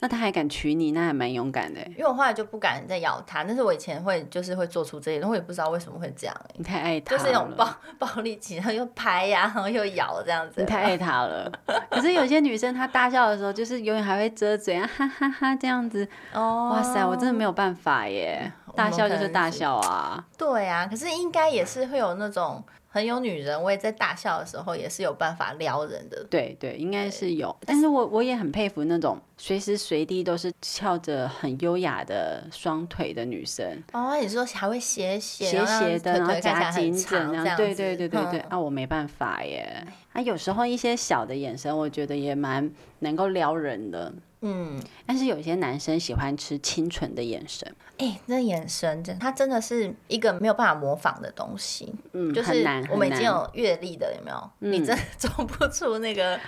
Speaker 1: 那他还敢娶你，那还蛮勇敢的欸、
Speaker 2: 因为我后来就不敢再咬他，但是我以前会就是会做出这些，我也不知道为什么会这样、欸，
Speaker 1: 你太爱他
Speaker 2: 就
Speaker 1: 了，
Speaker 2: 是那种暴暴 力倾向，又拍呀、然后又咬这样子。
Speaker 1: 你太爱他了。可是有些女生她大笑的时候，就是永远还会遮嘴啊，哈哈哈这样子。
Speaker 2: 哦
Speaker 1: 哇塞，我真的没有办法耶。大笑就是大
Speaker 2: 笑。
Speaker 1: 笑啊，
Speaker 2: 对啊，可是应该也是会有那种很有女人味，在大笑的时候也是有办法撩人的。
Speaker 1: 对对，应该是有。但是我我也很佩服那种随时随地都是翘着很优雅的双腿的女生，
Speaker 2: 哦，你说还会斜斜
Speaker 1: 斜斜的，然
Speaker 2: 然后
Speaker 1: 后
Speaker 2: 让腿腿看起
Speaker 1: 夹
Speaker 2: 来很
Speaker 1: 紧紧
Speaker 2: 长
Speaker 1: 那
Speaker 2: 这
Speaker 1: 样，
Speaker 2: 样
Speaker 1: 对
Speaker 2: 子
Speaker 1: 对对对对，
Speaker 2: 嗯哎
Speaker 1: 啊，我没办法耶。啊，有时候一些小的眼神，我觉得也蛮能够撩人的。
Speaker 2: 嗯，
Speaker 1: 但是有些男生喜欢吃清纯的眼神，
Speaker 2: 哎、那眼神真，它真的是一个没有办法模仿的东西。
Speaker 1: 嗯，
Speaker 2: 就
Speaker 1: 很
Speaker 2: 是
Speaker 1: 难，
Speaker 2: 我们已
Speaker 1: 很
Speaker 2: 经
Speaker 1: 难嗯
Speaker 2: 有阅历的，有没有？你真的 装不出那个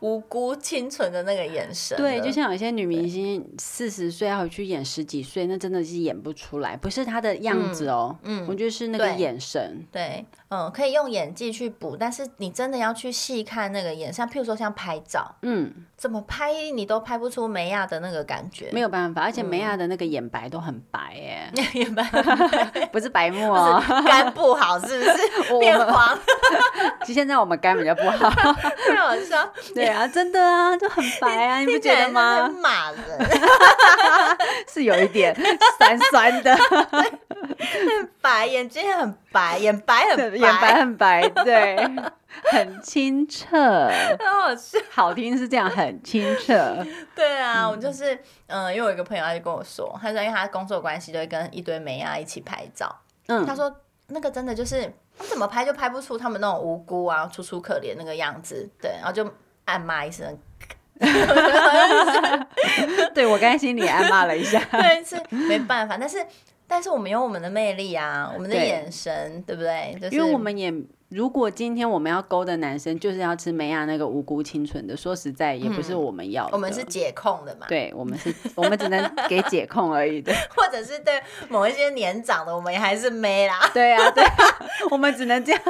Speaker 2: 无辜清纯的那个眼神了。
Speaker 1: 对，就像有一些女明星四十岁还去演十几岁，那真的是演不出来，不是她的样子哦，嗯，我觉得是那个
Speaker 2: 对
Speaker 1: 眼神，
Speaker 2: 对，嗯，可以用演技去补，但是你真的要去细看那个眼神，像譬如说像拍照，
Speaker 1: 嗯，
Speaker 2: 怎么拍你都拍不出梅亚的那个感觉，
Speaker 1: 没有办法，而且梅亚的那个眼白都很白 耶，
Speaker 2: 也蛮
Speaker 1: 不是白目哦，
Speaker 2: 肝不好，是不 是
Speaker 1: 我
Speaker 2: 变黄？
Speaker 1: 现在我们肝比较不好，
Speaker 2: 太好笑，
Speaker 1: 对啊，真的啊，就很白啊，你不
Speaker 2: 听起
Speaker 1: 觉
Speaker 2: 来
Speaker 1: 得
Speaker 2: 是在
Speaker 1: 吗？
Speaker 2: 骂人，
Speaker 1: 是有一点酸酸的，
Speaker 2: 白眼睛很白，眼白很 白，
Speaker 1: 眼 白很白，对，很清澈，
Speaker 2: 很好笑。
Speaker 1: 好听是这样，很清澈，
Speaker 2: 对啊，我就是，嗯、因为我有一个朋友，他就跟我说，他说因为他工作关系，就会跟一堆美亚一起拍照。
Speaker 1: 嗯
Speaker 2: 他，说那个真的就是怎么拍就拍不出他们那种无辜啊、楚楚可怜那个样子。对，然后就暗骂一声，
Speaker 1: 对我刚才心里暗骂了一下，
Speaker 2: 对， 是没办法，但是。但是我们有我们的魅力啊，我们的
Speaker 1: 对
Speaker 2: 眼神，对不对？就是
Speaker 1: 因为我们也，如果今天我们要勾的男生就是要吃梅亚那个无辜清纯的，说实在也不是我们要的，
Speaker 2: 嗯我们是解控的嘛，
Speaker 1: 对，我们是，我们只能给解控而已的。
Speaker 2: 或者是对某一些年长的，我们也还是没啦。
Speaker 1: 对啊，对啊，我们只能这样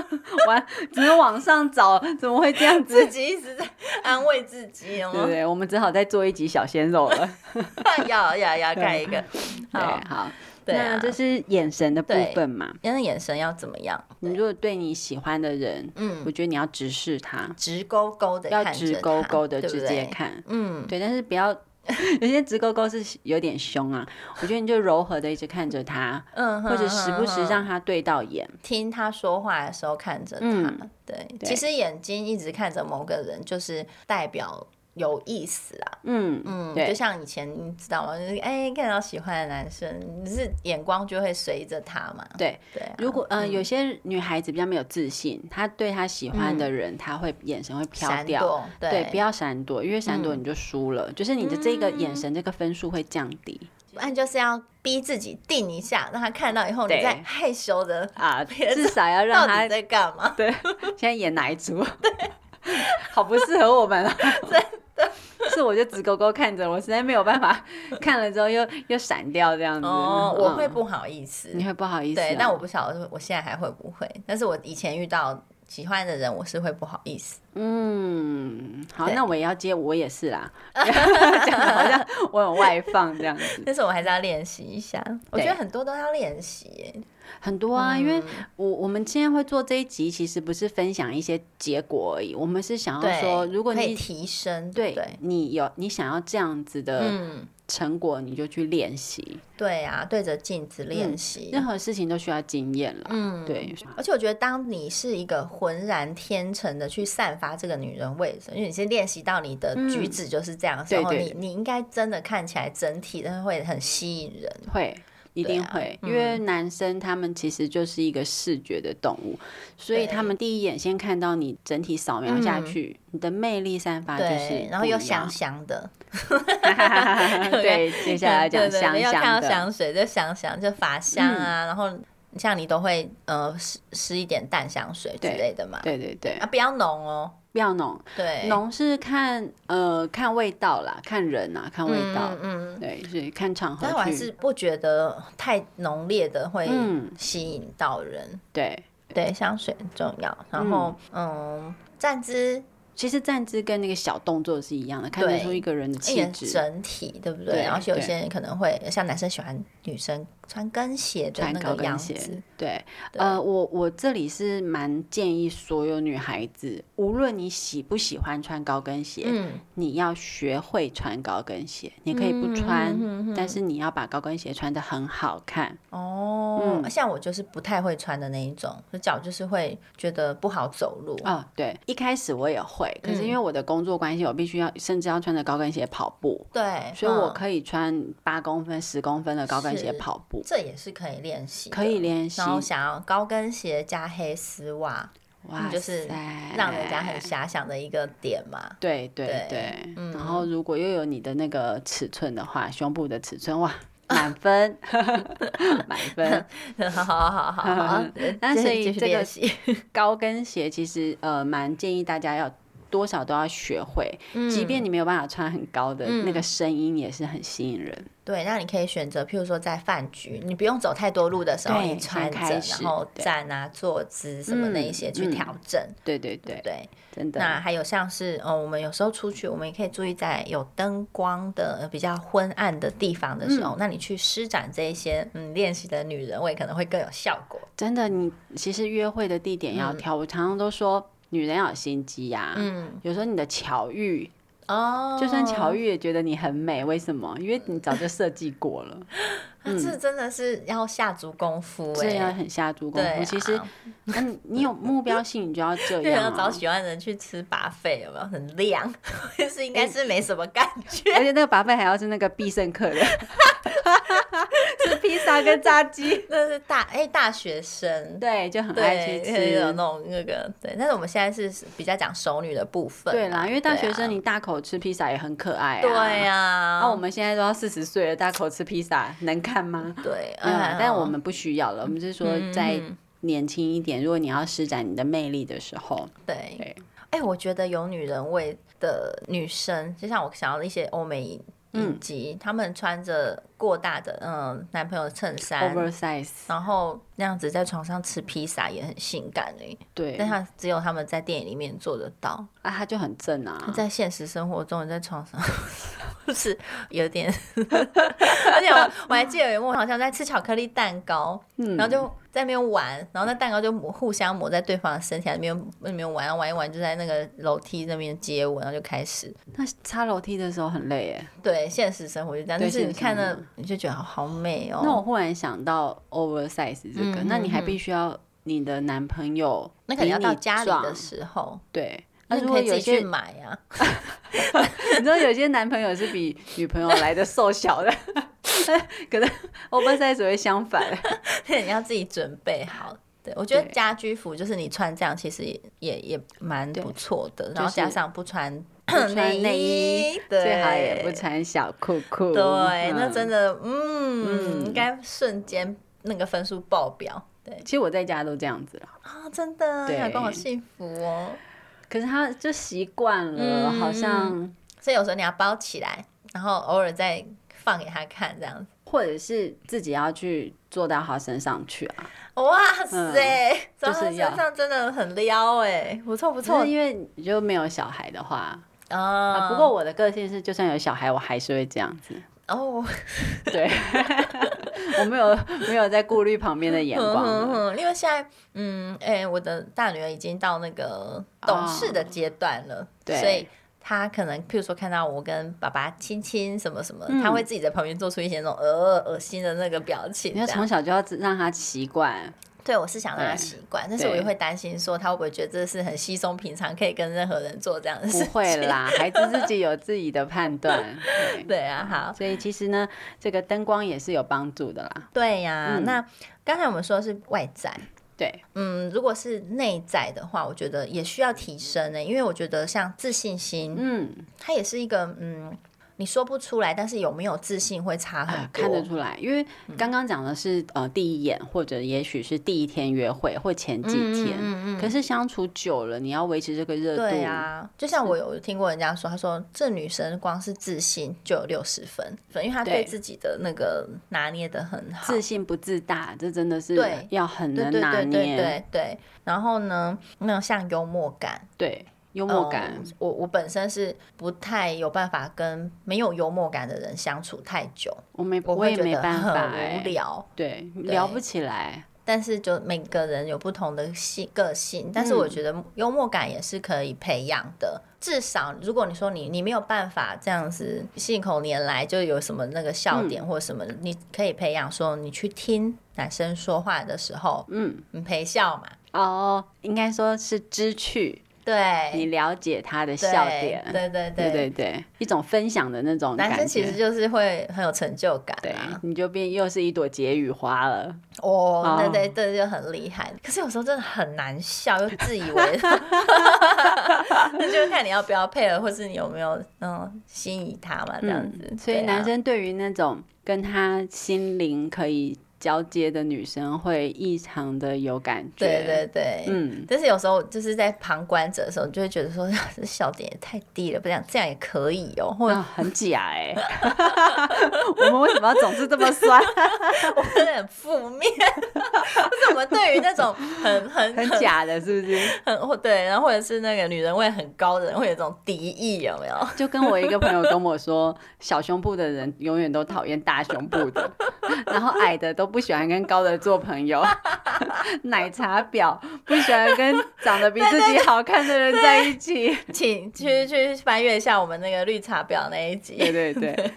Speaker 1: 玩，只能往上找，怎么会这样子
Speaker 2: 自？己一直在安慰自己，哦
Speaker 1: 对
Speaker 2: 有
Speaker 1: 不
Speaker 2: 吗？
Speaker 1: 对？我们只好再做一集小鲜肉了。
Speaker 2: 要要
Speaker 1: 嗯
Speaker 2: 要盖一个，
Speaker 1: 对，
Speaker 2: 好，
Speaker 1: 好，
Speaker 2: 对啊
Speaker 1: 那这是眼神的部
Speaker 2: 对
Speaker 1: 分嘛。
Speaker 2: 因为眼神要怎么样？
Speaker 1: 你如果对你喜欢的人，
Speaker 2: 嗯，
Speaker 1: 我觉得你要直视他，
Speaker 2: 直勾勾的，
Speaker 1: 要直勾勾的
Speaker 2: 对不
Speaker 1: 直接
Speaker 2: 对？
Speaker 1: 看。
Speaker 2: 嗯，
Speaker 1: 对，但是不要 有些直勾勾是有点凶啊，我觉得你就柔和的一直看着 他，
Speaker 2: 嗯，
Speaker 1: 或者时不时
Speaker 2: 哼哼
Speaker 1: 让他对到眼。
Speaker 2: 听他说话的时候看着他，
Speaker 1: 嗯
Speaker 2: 对，
Speaker 1: 对
Speaker 2: 其实眼睛一直看着某个人，就是代表有意思啊。
Speaker 1: 嗯
Speaker 2: 嗯，就
Speaker 1: 对
Speaker 2: 像以前你知道吗？就是哎、看到喜欢的男生，你是眼光就会随着他嘛。
Speaker 1: 对。
Speaker 2: 对啊、
Speaker 1: 如果嗯、呃有些女孩子比较没有自信，她对她喜欢的人，她会眼神会飘
Speaker 2: 嗯闪
Speaker 1: 掉。
Speaker 2: 躲，对，嗯
Speaker 1: 对，不要闪躲，因为闪躲你就输了，就是你的这个眼神这个分数会降低
Speaker 2: 不然就是要逼自己定一下，让他看到以后，
Speaker 1: 对
Speaker 2: 你再害羞的，
Speaker 1: 啊，
Speaker 2: 别
Speaker 1: 至少要让
Speaker 2: 到
Speaker 1: 她
Speaker 2: 底在干嘛？
Speaker 1: 对，现在演哪一组？ 对，好不适合我们 啊！是我就直勾勾看着，我实在没有办法，看了之后又又闪掉这样子。
Speaker 2: 哦，我会
Speaker 1: 嗯，
Speaker 2: 不好意思，
Speaker 1: 你会不好意思、啊。
Speaker 2: 对，但我不晓得我现在还会不会，但是我以前遇到喜欢的人，我是会不好意思。
Speaker 1: 嗯，好，
Speaker 2: 对
Speaker 1: 那我也要接，我也是 啦，讲的好像我很外放这样子。
Speaker 2: 但是我还是要练习一下，我觉得很多都要练习耶。
Speaker 1: 很多
Speaker 2: 嗯
Speaker 1: 啊，因为我我们今天会做这一集，其实不是分享一些结果而已，我们是想要
Speaker 2: 对，
Speaker 1: 说，如果
Speaker 2: 可以
Speaker 1: 你
Speaker 2: 提升，
Speaker 1: 对
Speaker 2: 对不对，
Speaker 1: 你有你想要这样子的
Speaker 2: 嗯，
Speaker 1: 成果，你就去练习。
Speaker 2: 对啊，对着镜子练习，
Speaker 1: 任何事情都需要经验了。
Speaker 2: 嗯，
Speaker 1: 对，
Speaker 2: 而且我觉得，当你是一个浑然天成的去散发这个女人味的时候，因为你先练习到你的举止就是这样的时候，
Speaker 1: 对对
Speaker 2: 你你应该真的看起来整体真的会很吸引人。
Speaker 1: 会。一定
Speaker 2: 啊
Speaker 1: 会，因
Speaker 2: 嗯
Speaker 1: 为男生他们其实就是一个视觉的动物，所以
Speaker 2: 对嗯
Speaker 1: 他们第一眼先看到你整体扫描下去，你的魅力散发啊就是不一
Speaker 2: 对
Speaker 1: 样，，
Speaker 2: 然后又香香的，
Speaker 1: 对，接下来讲
Speaker 2: 对对对
Speaker 1: 香
Speaker 2: 要看
Speaker 1: 香
Speaker 2: 到
Speaker 1: 的，嗯
Speaker 2: 香水就香香，就发香啊，然后像你都会呃施施一点淡香水之
Speaker 1: 对
Speaker 2: 类的嘛，
Speaker 1: 对对对，
Speaker 2: 啊，不要浓哦，
Speaker 1: 不要浓，
Speaker 2: 对，
Speaker 1: 浓是看呃看味道啦，看人啊，看味道
Speaker 2: 嗯，嗯，嗯
Speaker 1: 对，所以看场合
Speaker 2: 但我还
Speaker 1: 去，
Speaker 2: 是不觉得太浓烈的会
Speaker 1: 嗯
Speaker 2: 吸引到人，
Speaker 1: 对，
Speaker 2: 嗯对，香水很重要，然后嗯站姿
Speaker 1: 其实站姿跟那个小动作是一样的，看得
Speaker 2: 对
Speaker 1: 出一个人的气
Speaker 2: 眼
Speaker 1: 质。
Speaker 2: 整体对不对？
Speaker 1: 对
Speaker 2: 然后有
Speaker 1: 对
Speaker 2: 些人可能会像男生喜欢女生穿跟鞋的
Speaker 1: 穿
Speaker 2: 那
Speaker 1: 高
Speaker 2: 个样
Speaker 1: 跟
Speaker 2: 子，
Speaker 1: 鞋，对，
Speaker 2: 对
Speaker 1: 呃，我我这里是蛮建议所有女孩子，无论你喜不喜欢穿高跟鞋，
Speaker 2: 嗯，
Speaker 1: 你要学会穿高跟鞋，你可以不穿，
Speaker 2: 嗯
Speaker 1: 但是你要把高跟鞋穿得很好看。
Speaker 2: 哦，
Speaker 1: 嗯
Speaker 2: 像我就是不太会穿的那一种，就脚就是会觉得不好走路。
Speaker 1: 哦，对，一开始我也会，可是因
Speaker 2: 嗯
Speaker 1: 为我的工作关系，我必须要甚至要穿着高跟鞋跑步，
Speaker 2: 对，
Speaker 1: 所以我
Speaker 2: 嗯
Speaker 1: 可以穿八公分、十公分的高跟鞋
Speaker 2: 是
Speaker 1: 跑步。
Speaker 2: 这也是可以练习的，
Speaker 1: 可以练习
Speaker 2: 然后想要高跟鞋加黑丝袜，
Speaker 1: 哇
Speaker 2: 就是
Speaker 1: 塞
Speaker 2: 让人家
Speaker 1: 哎
Speaker 2: 很遐想的一个点嘛。
Speaker 1: 对对
Speaker 2: 对嗯
Speaker 1: 对，然后如果又有你的那个尺寸的 话，胸部的尺寸哇，满分， 满分。
Speaker 2: 好好好好好，
Speaker 1: 那
Speaker 2: 继续
Speaker 1: 所以
Speaker 2: 继续
Speaker 1: 这个
Speaker 2: 练习，
Speaker 1: 高跟鞋其实呃蛮建议大家要多少都要学会，
Speaker 2: 嗯
Speaker 1: 即便你没有办法穿很高的，那个声音也是很吸引人。
Speaker 2: 对，那你可以选择，譬如说在饭局，你不用走太多路的时候，
Speaker 1: 对
Speaker 2: 你穿着，
Speaker 1: 先开始
Speaker 2: 然后
Speaker 1: 对
Speaker 2: 站啊、坐姿什么那一些
Speaker 1: 嗯
Speaker 2: 去
Speaker 1: 嗯
Speaker 2: 调整，
Speaker 1: 对对对
Speaker 2: 对不，对？
Speaker 1: 真的。
Speaker 2: 那还有像是，呃，我们有时候出去，我们也可以注意在有灯光的、呃比较昏暗的地方的时
Speaker 1: 嗯
Speaker 2: 候，那你去施展这一些嗯练习的女人味，可能会更有效果。
Speaker 1: 真的，你其实约会的地点要挑。我常常都说，女人要有心机呀、
Speaker 2: 嗯，
Speaker 1: 有时候你的巧遇，
Speaker 2: 哦，
Speaker 1: 就算巧遇也觉得你很美，为什么？因为你早就设计过了，
Speaker 2: 啊，
Speaker 1: 嗯
Speaker 2: 这真的是要下足功夫哎、
Speaker 1: 这要很下足功
Speaker 2: 对啊
Speaker 1: 夫。其实，嗯，你有目标性，你就要这
Speaker 2: 对，要
Speaker 1: 样、
Speaker 2: 找
Speaker 1: 啊。
Speaker 2: 喜欢的人去吃拔费，有没有很亮？ 就是应该是没什么感觉，
Speaker 1: 而且那个拔费还要是那个必胜客 人，是披萨跟炸鸡，
Speaker 2: 那是大哎、大学生。
Speaker 1: 对，就很爱
Speaker 2: 对，
Speaker 1: 去
Speaker 2: 就是有
Speaker 1: 吃
Speaker 2: 那。种那个对，但是我们现在是比较讲熟女的部分嘛。
Speaker 1: 对啦，因为大学
Speaker 2: 对啊
Speaker 1: 生你大口吃披萨也很可爱啊。
Speaker 2: 对呀、啊
Speaker 1: 那、我们现在都要四十岁了，大口吃披萨能看吗？
Speaker 2: 对，
Speaker 1: 没有啦
Speaker 2: 哎
Speaker 1: 嗯但我们不需要了。我们是说
Speaker 2: 嗯
Speaker 1: 再
Speaker 2: 嗯
Speaker 1: 年轻一点，如果你要施展你的魅力的时候，
Speaker 2: 对，
Speaker 1: 对，
Speaker 2: 哎、我觉得有女人味的女生，就像我想要的一些欧美影影
Speaker 1: 嗯
Speaker 2: 集，她、们穿着过大的嗯男朋友的衬衫
Speaker 1: oversize，
Speaker 2: 然后那样子在床上吃披萨也很性感哎、
Speaker 1: 对，
Speaker 2: 但她只有她们在电影里面做得到，
Speaker 1: 啊，他就很正啊，
Speaker 2: 在现实生活中你在床上 就是有 点，而且我我还记得有一幕好像在吃巧克力蛋糕，
Speaker 1: 嗯
Speaker 2: 然后就在那边玩，然后那蛋糕就抹互相抹在对方的身体那边那边玩，然后玩一玩就在那个楼梯那边接吻，然后就开始。
Speaker 1: 那擦楼梯的时候很累哎。
Speaker 2: 对，现实生活就这样，
Speaker 1: 对
Speaker 2: 但是你看
Speaker 1: 现实
Speaker 2: 了
Speaker 1: 生
Speaker 2: 你就觉得好好美哦。
Speaker 1: 那我忽然想到 oversize 这个，
Speaker 2: 嗯
Speaker 1: 那你还
Speaker 2: 嗯
Speaker 1: 必须要你的男朋友
Speaker 2: 那可能要
Speaker 1: 比
Speaker 2: 到
Speaker 1: 你
Speaker 2: 家里
Speaker 1: 壮
Speaker 2: 的时候，
Speaker 1: 对。
Speaker 2: 那
Speaker 1: 那
Speaker 2: 你
Speaker 1: 如
Speaker 2: 可
Speaker 1: 果
Speaker 2: 以
Speaker 1: 有
Speaker 2: 自己
Speaker 1: 一
Speaker 2: 去
Speaker 1: 些，
Speaker 2: 买啊。
Speaker 1: 你知道有些男朋友是比女朋友来的瘦小的，可能 oversize 会相 反。
Speaker 2: 对，你要自己准备好。对，我觉得
Speaker 1: 对
Speaker 2: 家居服就是你穿这样，其实也也也蛮不错的。然
Speaker 1: 就
Speaker 2: 后
Speaker 1: 是
Speaker 2: 加上不穿
Speaker 1: 穿内
Speaker 2: 衣
Speaker 1: 衣，嗯
Speaker 2: 对，
Speaker 1: 最好也不穿小裤裤。
Speaker 2: 对，那
Speaker 1: 嗯
Speaker 2: 真的，嗯，
Speaker 1: 嗯
Speaker 2: 应该瞬间那个分数爆表。对
Speaker 1: 其实我在家都这样子了，
Speaker 2: 啊、真的，
Speaker 1: 对
Speaker 2: 老公好幸福哦。
Speaker 1: 可是他就习惯了，
Speaker 2: 嗯
Speaker 1: 好像
Speaker 2: 所以有时候你要包起来，然后偶尔再放给他看，这样子。
Speaker 1: 或者是自己要去坐到他身上去啊。
Speaker 2: 哇塞，走
Speaker 1: 嗯就
Speaker 2: 到
Speaker 1: 是
Speaker 2: 他身
Speaker 1: 要
Speaker 2: 上真的很撩哎、不错不
Speaker 1: 只
Speaker 2: 错
Speaker 1: 是因为你就没有小孩的话，
Speaker 2: 啊
Speaker 1: 啊，不过我的个性是，就算有小孩，我还是会这样子。
Speaker 2: 哦，
Speaker 1: 对， 我没有没有在顾虑旁边的眼光
Speaker 2: 嗯
Speaker 1: 了。
Speaker 2: 哼，因为现在，嗯，哎、我的大女儿已经到那个懂事的阶段了，
Speaker 1: 对
Speaker 2: 所以她可能，譬如说看到我跟爸爸亲亲什么什么，
Speaker 1: 嗯
Speaker 2: 她会自己在旁边做出一些那种呃恶心的那个表情
Speaker 1: 你
Speaker 2: 这
Speaker 1: 要
Speaker 2: 样。
Speaker 1: 从小就要让他习惯，
Speaker 2: 对，我是想让她
Speaker 1: 对
Speaker 2: 习惯，但是我也会担心说她会不会觉得这是很稀松平常，可以跟任何人做这样的事
Speaker 1: 不
Speaker 2: 情。
Speaker 1: 会啦，孩子自己有自己的判断。对
Speaker 2: 对啊，好，
Speaker 1: 所以其实呢，这个灯光也是有帮助的啦。
Speaker 2: 对呀、
Speaker 1: 嗯
Speaker 2: 那刚才我们说的是外在，
Speaker 1: 对，
Speaker 2: 嗯，如果是内在的话，我觉得也需要提升欸呢、因为我觉得像自信心，
Speaker 1: 嗯，
Speaker 2: 它也是一个嗯，你说不出来，但是有没有自信会差很
Speaker 1: 啊
Speaker 2: 多。
Speaker 1: 看得出来，因为
Speaker 2: 嗯
Speaker 1: 刚刚讲的是呃第一眼，或者也许是第一天约会或前几天，
Speaker 2: 嗯嗯嗯
Speaker 1: 可是相处久了，你要维持这个热度，
Speaker 2: 对啊，就像我有听过人家说，他说这女生光是自信就有六十分，因为她对
Speaker 1: 对
Speaker 2: 自己的那个拿捏的很好。
Speaker 1: 自信不自大，这真的是
Speaker 2: 对
Speaker 1: 要很
Speaker 2: 对
Speaker 1: 能
Speaker 2: 对
Speaker 1: 拿
Speaker 2: 对对
Speaker 1: 捏，
Speaker 2: 对对，然后呢，那像幽默感，
Speaker 1: 对，幽默感
Speaker 2: 嗯，我我本身是不太有办法跟没有幽默感的人相处太久，
Speaker 1: 我没
Speaker 2: 我
Speaker 1: 也
Speaker 2: 会觉
Speaker 1: 没
Speaker 2: 得
Speaker 1: 办
Speaker 2: 很
Speaker 1: 法
Speaker 2: 无
Speaker 1: 哎、
Speaker 2: 聊。
Speaker 1: 对，
Speaker 2: 对
Speaker 1: 聊不起来。
Speaker 2: 但是就每个人有不同的性个性，但是
Speaker 1: 嗯
Speaker 2: 我觉得幽默感也是可以培养的。至少如果你说你你没有办法这样子信口拈来，就有什么那个笑点
Speaker 1: 嗯
Speaker 2: 或什么，你可以培养说你去听男生说话的时候，
Speaker 1: 嗯，
Speaker 2: 你陪笑嘛，
Speaker 1: 哦，应该说是知趣，
Speaker 2: 对，
Speaker 1: 你了解他的
Speaker 2: 对
Speaker 1: 笑点。
Speaker 2: 对对
Speaker 1: 对对对，一种分享的那种感
Speaker 2: 男
Speaker 1: 觉。
Speaker 2: 生其实就是会很有成就感
Speaker 1: 对
Speaker 2: 啊，，
Speaker 1: 你就变又是一朵解语花了。
Speaker 2: 哦，对
Speaker 1: 哦
Speaker 2: 对对，就很厉害。可是有时候真的很难笑，又自以 为，那就是看你要不要配合，或是你有没有嗯心仪他嘛，这样子。
Speaker 1: 嗯所以
Speaker 2: 对啊
Speaker 1: 男生对于那种跟他心灵可以交接的女生，会异常的有感觉。
Speaker 2: 对对对，
Speaker 1: 嗯，
Speaker 2: 但是有时候就是在旁观者的时候，你就会觉得说 这笑点也太低了，不然这样也可以哦、或
Speaker 1: 哇，很假哎、我们为什么要总是这么酸？
Speaker 2: 我真的很负面。 就是我们对于那种很很
Speaker 1: 很假的，是不是？
Speaker 2: 很或对，然后或者是那个女人味很高的人，会有一种敌意，有没有？
Speaker 1: 就跟我一个朋友跟我说，小胸部的人永远都讨厌大胸部的， 然后矮的都不喜欢跟高的做朋友， 奶茶婊不喜欢跟长得比自己好看的人在一 起。
Speaker 2: 请去去翻阅一下我们那个绿茶婊那 一集。
Speaker 1: 对对对，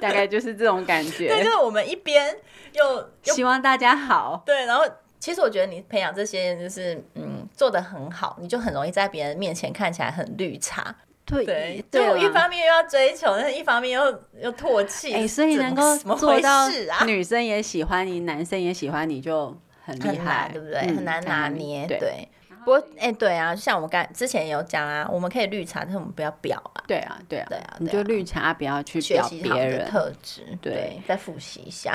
Speaker 1: 大概就是这种感
Speaker 2: 对，就
Speaker 1: 觉。
Speaker 2: 是我们一边又又
Speaker 1: 希望大家好，
Speaker 2: 对，然后其实我觉得你培养这些就是嗯做的很好，你就很容易在别人面前看起来很绿茶。
Speaker 1: 对
Speaker 2: 对，
Speaker 1: 对啊
Speaker 2: 就一
Speaker 1: 啦
Speaker 2: 方面又要追求，但是一方面又又唾弃。
Speaker 1: 哎、所以
Speaker 2: 怎
Speaker 1: 能
Speaker 2: 么
Speaker 1: 够
Speaker 2: 怎么
Speaker 1: 做
Speaker 2: 回
Speaker 1: 到
Speaker 2: 事啊？
Speaker 1: 女生也喜欢你，男生也喜欢你，就很
Speaker 2: 很
Speaker 1: 厉害
Speaker 2: 难，，啊对不对？
Speaker 1: 嗯
Speaker 2: 很难拿捏，
Speaker 1: 对
Speaker 2: 对。不过，哎、对啊，像我们刚之前也有讲啊，我们可以绿茶，但是我们不要婊啊，
Speaker 1: 对啊，对啊，
Speaker 2: 对啊
Speaker 1: 你
Speaker 2: 对
Speaker 1: 就
Speaker 2: 啊
Speaker 1: 绿茶，不要去
Speaker 2: 学
Speaker 1: 表
Speaker 2: 习好
Speaker 1: 别
Speaker 2: 的
Speaker 1: 人。
Speaker 2: 特质，
Speaker 1: 对
Speaker 2: 对，再复习一下。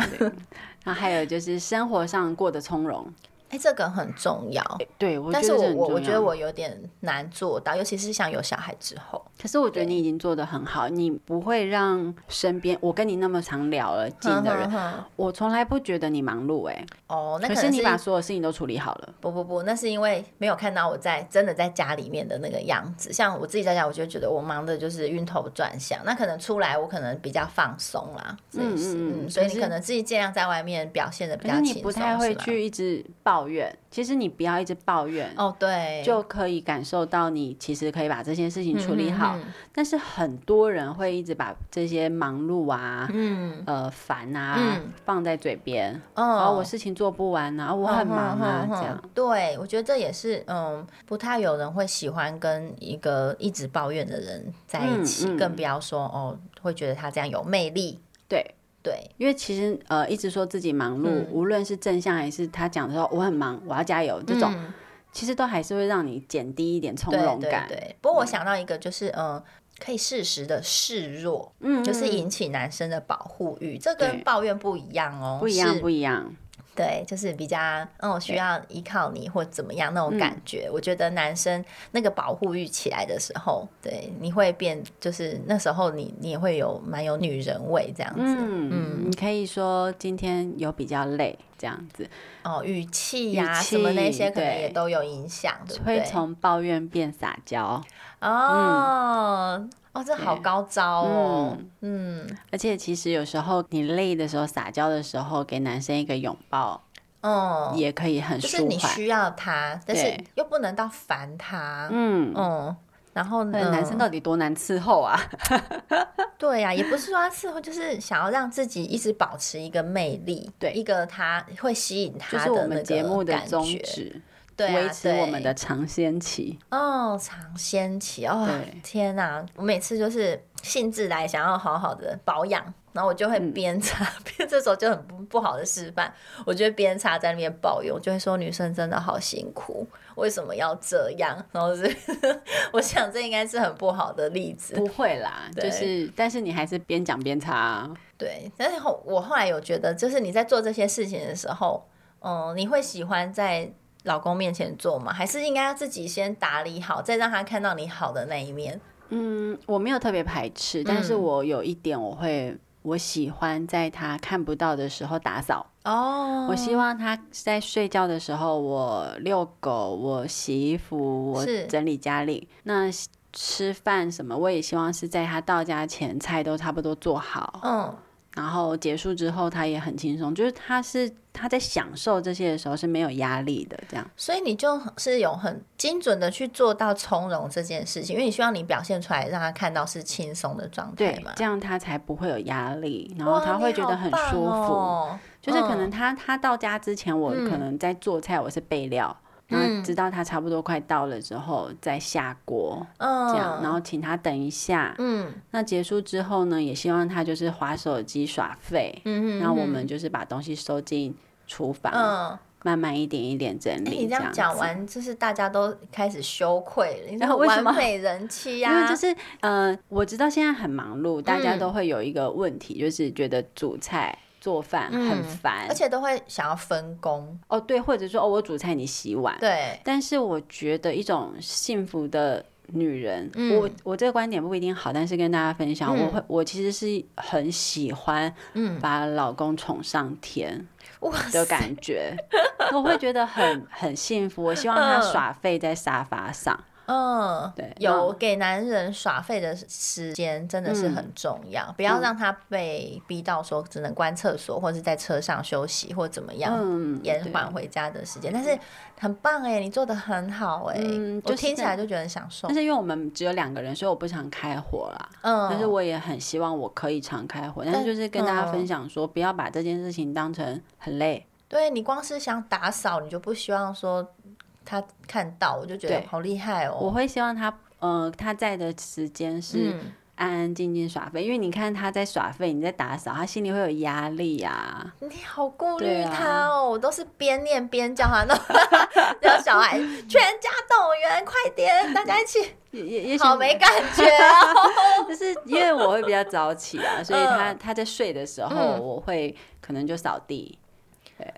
Speaker 1: 然后还有就是生活上过得从容，
Speaker 2: 哎、这个很重要。
Speaker 1: 对哎我觉
Speaker 2: 但
Speaker 1: 得
Speaker 2: 是
Speaker 1: 这
Speaker 2: 我
Speaker 1: 很
Speaker 2: 我我
Speaker 1: 重
Speaker 2: 觉
Speaker 1: 要
Speaker 2: 得，我有点难做到，尤其是像有小孩之后，
Speaker 1: 可是我觉得你已经做得很好，你不会让身边我跟你那么常聊 了近的人，
Speaker 2: 嗯哼哼哼
Speaker 1: 我从来不觉得你忙碌哎、
Speaker 2: 哦，那
Speaker 1: 可
Speaker 2: 能
Speaker 1: 你把所有事情都处理好了，
Speaker 2: 不不不，那是因为没有看到我在真的在家里面的那个样子。像我自己在家，我就觉得我忙的就是晕头转向。那可能出来，我可能比较放松啦，这也
Speaker 1: 嗯
Speaker 2: 是
Speaker 1: 嗯嗯
Speaker 2: 嗯，所以
Speaker 1: 可
Speaker 2: 你
Speaker 1: 是
Speaker 2: 可能自己尽量在外面表现的比
Speaker 1: 可
Speaker 2: 较
Speaker 1: 是
Speaker 2: 轻
Speaker 1: 你
Speaker 2: 松，
Speaker 1: 不太会
Speaker 2: 是吧
Speaker 1: 去一直抱怨，其实你不要一直抱怨。
Speaker 2: 哦，对，
Speaker 1: 就可以感受到你其实可以把这些事情处理好，
Speaker 2: 嗯嗯
Speaker 1: 但是很多人会一直把这些忙碌啊、
Speaker 2: 嗯，
Speaker 1: 呃烦啊、
Speaker 2: 嗯
Speaker 1: 放在嘴边，
Speaker 2: 嗯
Speaker 1: 哦，
Speaker 2: 哦
Speaker 1: 我事情做不完啊，我
Speaker 2: 嗯
Speaker 1: 很忙啊，这样。。
Speaker 2: 对，我觉得这也是嗯，不太有人会喜欢跟一个一直抱怨的人在一起，
Speaker 1: 嗯嗯
Speaker 2: 更不要说哦，会觉得他这样有魅力。
Speaker 1: 对，
Speaker 2: 对，
Speaker 1: 因为其实呃，一直说自己忙碌，
Speaker 2: 嗯
Speaker 1: 无论是正向还是他讲的说我很忙，我要加油这种，
Speaker 2: 嗯
Speaker 1: 其实都还是会让你减低一点从
Speaker 2: 对
Speaker 1: 容
Speaker 2: 对
Speaker 1: 感。
Speaker 2: 对。不过我想到一个，就是嗯。可以适时的示弱，
Speaker 1: 嗯
Speaker 2: 就是
Speaker 1: 嗯
Speaker 2: 引起男生的保护欲，这
Speaker 1: 对
Speaker 2: 跟抱怨不一样哦，
Speaker 1: 不一样，
Speaker 2: 是
Speaker 1: 不一样。
Speaker 2: 对，就是比较嗯需要依靠你或怎么样那
Speaker 1: 嗯
Speaker 2: 种感觉。我觉得男生那个保护欲起来的时候，对，你会变，就是那时候你你也会有蛮有女人味这样子。
Speaker 1: 嗯，你可以说今天有比较累这样子，
Speaker 2: 哦，语气呀、
Speaker 1: 语气
Speaker 2: 什么那些可能
Speaker 1: 对
Speaker 2: 也都有影响，对不
Speaker 1: 会
Speaker 2: 对？
Speaker 1: 从抱怨变撒娇。
Speaker 2: 哦、哦，这好
Speaker 1: 嗯对
Speaker 2: 高招哦。嗯
Speaker 1: 而且其实有时候你累的时候撒娇的时候，给男生一个拥抱、
Speaker 2: 嗯，
Speaker 1: 也可以很
Speaker 2: 就是
Speaker 1: 舒
Speaker 2: 你
Speaker 1: 缓。
Speaker 2: 需要他，但是
Speaker 1: 对
Speaker 2: 又不能到烦他。
Speaker 1: 嗯，
Speaker 2: 嗯，然后嗯
Speaker 1: 那
Speaker 2: 呢，
Speaker 1: 男生到底多难伺候啊？
Speaker 2: 对呀、也不是说他伺候，就是想要让自己一直保持一个魅力，
Speaker 1: 对
Speaker 2: 一个他会吸引
Speaker 1: 就
Speaker 2: 他
Speaker 1: 是
Speaker 2: 的
Speaker 1: 我
Speaker 2: 那
Speaker 1: 们
Speaker 2: 个
Speaker 1: 节目的
Speaker 2: 感
Speaker 1: 宗
Speaker 2: 觉，
Speaker 1: 旨，
Speaker 2: 对啊、
Speaker 1: 维持我们的
Speaker 2: 对
Speaker 1: 尝鲜期。
Speaker 2: 哦，尝鲜期哦
Speaker 1: 对，
Speaker 2: 天哪、我每次就是兴致来，想要好好的保养，然后我就会
Speaker 1: 嗯
Speaker 2: 边擦 边、这时候就很不不好的示范，我就会边擦在那边抱怨，我就会说女生真的好辛苦，为什么要这样？然后就是 我想这应该是很不好的例子，
Speaker 1: 不会啦，
Speaker 2: 对
Speaker 1: 就是但是你还是边讲边擦、啊。
Speaker 2: 对，但是后我后来有觉得，就是你在做这些事情的时候，嗯，你会喜欢在老公面前做吗？还是应该要自己先打理好，再让他看到你好的那一面？
Speaker 1: 嗯，我没有特别排
Speaker 2: 嗯
Speaker 1: 斥，但是我有一点我会，我喜欢在他看不到的时候打扫。
Speaker 2: 哦，
Speaker 1: 我希望他在睡觉的时候，我遛狗，我洗衣服，我
Speaker 2: 是
Speaker 1: 整理家里。那吃饭什么，我也希望是在他到家前菜都差不多做好，
Speaker 2: 嗯，
Speaker 1: 然后结束之后他也很轻松，就是他是他在享受这些的时候是没有压力的，这样。
Speaker 2: 所以你就是有很精准的去做到从容这件事情，因为你希望你表现出来，让他看到是轻松的状态
Speaker 1: 对
Speaker 2: 嘛，。
Speaker 1: 这样他才不会有压力，然后
Speaker 2: 哇
Speaker 1: 他会
Speaker 2: 你
Speaker 1: 觉得
Speaker 2: 好
Speaker 1: 很
Speaker 2: 棒
Speaker 1: 舒服。
Speaker 2: 哦
Speaker 1: 就是可
Speaker 2: 嗯
Speaker 1: 能他、他到家之前，我可能在做菜，我是备料，然后
Speaker 2: 嗯
Speaker 1: 直到他差不多快到了之后再下锅，
Speaker 2: 嗯
Speaker 1: 这样，然后请他等一下。
Speaker 2: 嗯
Speaker 1: 那结束之后呢，也希望他就是划手机耍废，
Speaker 2: 嗯嗯，
Speaker 1: 那我
Speaker 2: 嗯
Speaker 1: 们就是把东西收进厨房，
Speaker 2: 嗯，
Speaker 1: 慢慢一点一点整
Speaker 2: 哎
Speaker 1: 理。
Speaker 2: 你这样
Speaker 1: 样
Speaker 2: 讲
Speaker 1: 子
Speaker 2: 完，就是大家都开始羞愧了，你
Speaker 1: 然
Speaker 2: 知
Speaker 1: 后
Speaker 2: 道
Speaker 1: 为什么
Speaker 2: 完美人妻啊
Speaker 1: 因为
Speaker 2: 呀
Speaker 1: 就，是呃，我知道现在很忙碌，大家
Speaker 2: 嗯
Speaker 1: 都会有一个问题，就是觉得煮菜做饭很
Speaker 2: 嗯
Speaker 1: 烦，
Speaker 2: 而且都会想要分工，
Speaker 1: 哦对，或者说哦我煮菜你洗碗，
Speaker 2: 对，
Speaker 1: 但是我觉得一种幸福的女人，
Speaker 2: 嗯
Speaker 1: 我我这个观点不一定好，但是跟大家分享，
Speaker 2: 嗯
Speaker 1: 我会我其实是很喜欢
Speaker 2: 嗯，
Speaker 1: 把老公宠上天
Speaker 2: 哇
Speaker 1: 的
Speaker 2: 塞，
Speaker 1: 感觉，我会觉得很很幸福。我希望他耍废在沙发上，
Speaker 2: 嗯，
Speaker 1: 对
Speaker 2: 有
Speaker 1: 那嗯
Speaker 2: 给男人耍废的时间真的是很重要，不要让他被逼到说只能关厕所，或是在车上休息，或怎么样。
Speaker 1: 嗯，
Speaker 2: 延
Speaker 1: 对
Speaker 2: 缓回家的时间，但是很棒哎、你做的很好哎、
Speaker 1: 嗯
Speaker 2: 我
Speaker 1: 就是
Speaker 2: 听起来就觉得很享受
Speaker 1: 但。是因为我们只有两个人，所以我不常开火啦。
Speaker 2: 嗯，
Speaker 1: 但是我也很希望我可以常开火，但是
Speaker 2: 但
Speaker 1: 就是跟大家分
Speaker 2: 嗯
Speaker 1: 享说，不要把这件事情当成很累，
Speaker 2: 对你光是想打扫，你就不希望说他看到，我就觉
Speaker 1: 对
Speaker 2: 得好厉害
Speaker 1: 我
Speaker 2: 哦。
Speaker 1: 会希望他，呃，他在的时间是
Speaker 2: 嗯，
Speaker 1: 安安静静耍废，因为你看他在耍废，你在打扫，他心里会有压力啊。
Speaker 2: 你好顾
Speaker 1: 对
Speaker 2: 虑
Speaker 1: 啊
Speaker 2: 他哦，我都是边念边叫他弄， 然后小孩全家动员，快点，大家 一起，
Speaker 1: 也也也许
Speaker 2: 好没感觉哦。
Speaker 1: 就是因为我会比较早起啊，所以他
Speaker 2: 嗯
Speaker 1: 他在睡的时候，
Speaker 2: 嗯
Speaker 1: 我会可能就扫地，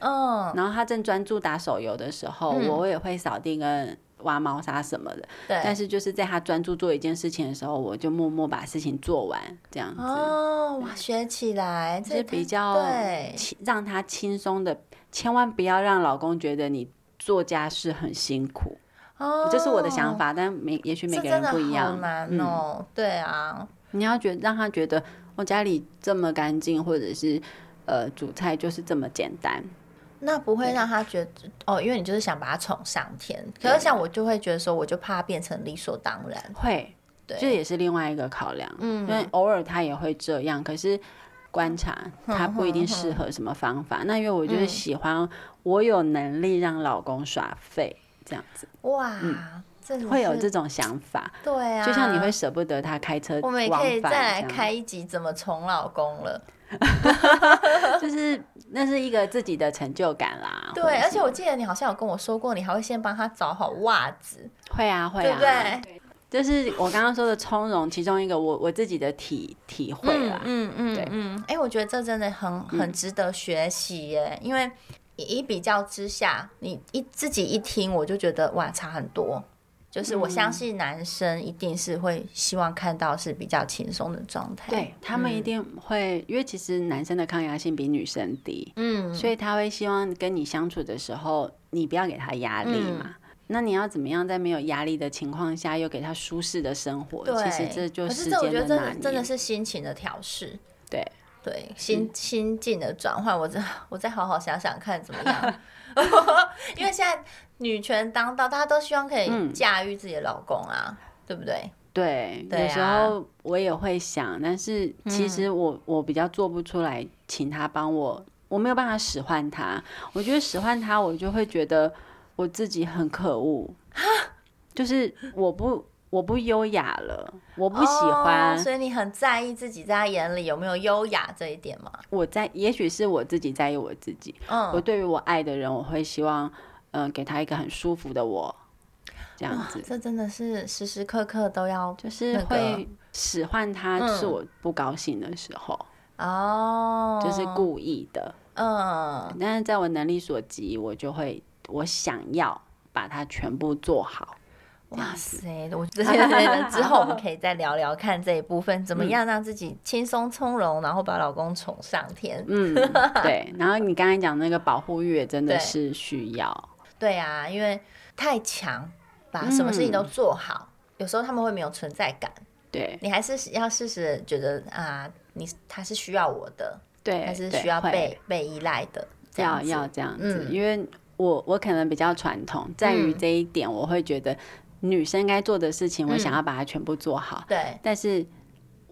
Speaker 2: 嗯，
Speaker 1: 然后他正专注打手游的时候，
Speaker 2: 嗯
Speaker 1: 我也会扫地跟挖猫砂什么的。但
Speaker 2: 对。
Speaker 1: 是就是在他专注做一件事情的时候，我就默默把事情做完，这样子。
Speaker 2: 哦，哇，学起来，
Speaker 1: 就是
Speaker 2: 这
Speaker 1: 比
Speaker 2: 太
Speaker 1: 较
Speaker 2: 对，
Speaker 1: 轻让他轻松的，千万不要让老公觉得你做家事很辛苦，
Speaker 2: 哦，
Speaker 1: 这是我的想，法。但每也许每
Speaker 2: 这
Speaker 1: 个人
Speaker 2: 真的
Speaker 1: 不一
Speaker 2: 好
Speaker 1: 样，嗯
Speaker 2: 难哦。对啊，
Speaker 1: 你要觉让他觉得我家里这么干净，或者是呃煮菜就是这么简单。
Speaker 2: 那不会让他觉得哦，因为你就是想把他宠上天。可是像我就会觉得说，我就怕他变成理所当然。
Speaker 1: 会，
Speaker 2: 对，
Speaker 1: 这也是另外一个考量。嗯，因为偶尔他也会这样，可是观察他不一定适合什么方法。那因为我
Speaker 2: 嗯
Speaker 1: 就是喜欢我有能力让老公耍废这样子，
Speaker 2: 哇，这
Speaker 1: 嗯会有这
Speaker 2: 这
Speaker 1: 种想法。
Speaker 2: 嗯对啊，
Speaker 1: 就像你会舍不得他开车
Speaker 2: 我
Speaker 1: 往
Speaker 2: 们
Speaker 1: 返
Speaker 2: 也
Speaker 1: 这样，
Speaker 2: 可以再来开一集怎么宠老公了。
Speaker 1: 就是那是一个自己的成就感啦。哦或者
Speaker 2: 对，
Speaker 1: 是
Speaker 2: 而且我记得你好像有跟我说过，你还会先帮他找好袜子，
Speaker 1: 会啊会
Speaker 2: 对
Speaker 1: 啊，
Speaker 2: 不对？
Speaker 1: 就是我刚刚说的从容，其中一个我我自己的体体会啦。
Speaker 2: 嗯嗯
Speaker 1: 对
Speaker 2: 嗯。哎、我觉得这真的很
Speaker 1: 嗯
Speaker 2: 很值得学习耶，因为一比较之下，你一自己一听，我就觉得哇，差很多。就是我
Speaker 1: 嗯
Speaker 2: 相信男生一定是会希望看到是比较轻松的状态，
Speaker 1: 对他们一定会，因为其实男生的抗压性比女生低，
Speaker 2: 嗯，
Speaker 1: 所以他会希望跟你相处的时候，你不要给他压力
Speaker 2: 嗯
Speaker 1: 嘛。那你要怎么样在没有压力的情况下，又给他舒适的生活？
Speaker 2: 对，
Speaker 1: 其实这就
Speaker 2: 可
Speaker 1: 时
Speaker 2: 是这我
Speaker 1: 间
Speaker 2: 觉
Speaker 1: 的
Speaker 2: 得真
Speaker 1: 拿
Speaker 2: 的
Speaker 1: 捏。
Speaker 2: 真的是心情的调试，
Speaker 1: 对
Speaker 2: 对，心心境的转换，我再我再好好想想看怎么 样，因为现在女权当道，大家都希望可
Speaker 1: 嗯
Speaker 2: 以驾驭自己的老公啊，对不对？
Speaker 1: 对，
Speaker 2: 对
Speaker 1: 有时
Speaker 2: 啊嗯
Speaker 1: 候我也会想，但是其实我、我比较做不出来，请他帮我，我没有办法使唤他。我觉得使唤他，我就会觉得我自己很可恶，就是我不我不优雅了，我不喜欢。
Speaker 2: 哦所以你很在意自己在他眼里有没有优雅这一点吗？
Speaker 1: 我在也许是我自己在意我自己，我
Speaker 2: 嗯，
Speaker 1: 对于我爱的人，我会希望，呃，给他一个很舒服的我，这样
Speaker 2: 哇
Speaker 1: 子，
Speaker 2: 这真的是时时刻刻都要
Speaker 1: 就是
Speaker 2: 啊那个
Speaker 1: 会使唤他，是
Speaker 2: 嗯
Speaker 1: 我不高兴的时候。
Speaker 2: 哦，
Speaker 1: 就是故意的。
Speaker 2: 嗯，
Speaker 1: 但是在我能力所及，我就会我想要把它全部做好。
Speaker 2: 哇塞！ 我这 些人之后我们可以再聊聊看这一部分，怎么
Speaker 1: 嗯
Speaker 2: 样让自己轻松从容，然后把老公宠上天。
Speaker 1: 嗯，对。然后你刚才讲那个保护欲也真的
Speaker 2: 对
Speaker 1: 是需要，
Speaker 2: 对啊，因为太强，把什么事情
Speaker 1: 嗯
Speaker 2: 都做好，有时候他们会没有存在感。
Speaker 1: 对
Speaker 2: 你还是要适时地觉得啊，你他是需要我的，
Speaker 1: 对，
Speaker 2: 他是
Speaker 1: 对
Speaker 2: 需要
Speaker 1: 会
Speaker 2: 被被依赖的。这样
Speaker 1: 要
Speaker 2: 子
Speaker 1: 要这样子，
Speaker 2: 嗯
Speaker 1: 因为我我可能比较传统，在于
Speaker 2: 嗯
Speaker 1: 这一点，我会觉得女生该做的事情，我想要把它全部做好，
Speaker 2: 对
Speaker 1: 但是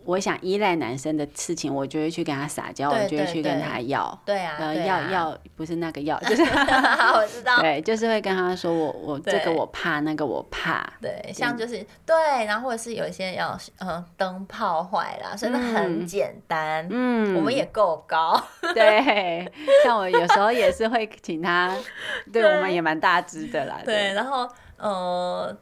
Speaker 1: 我想依赖男生的事情，我就会去跟他撒娇，
Speaker 2: 对
Speaker 1: 我就会
Speaker 2: 对
Speaker 1: 去跟
Speaker 2: 对
Speaker 1: 他要，
Speaker 2: 对啊，
Speaker 1: 呃，
Speaker 2: 对
Speaker 1: 要
Speaker 2: 啊，
Speaker 1: 要不是那个要，就是
Speaker 2: 我知道。
Speaker 1: 对，就是会跟他说我我这个
Speaker 2: 对
Speaker 1: 我怕，那个我怕，
Speaker 2: 对，像就是对，然后或者是有一些要嗯灯泡坏啦，所以那很
Speaker 1: 嗯
Speaker 2: 简单，
Speaker 1: 嗯，
Speaker 2: 我们也够高。
Speaker 1: 对，像我有时候也是会请 他，对我们也蛮大只的啦，
Speaker 2: 对，，然后呃，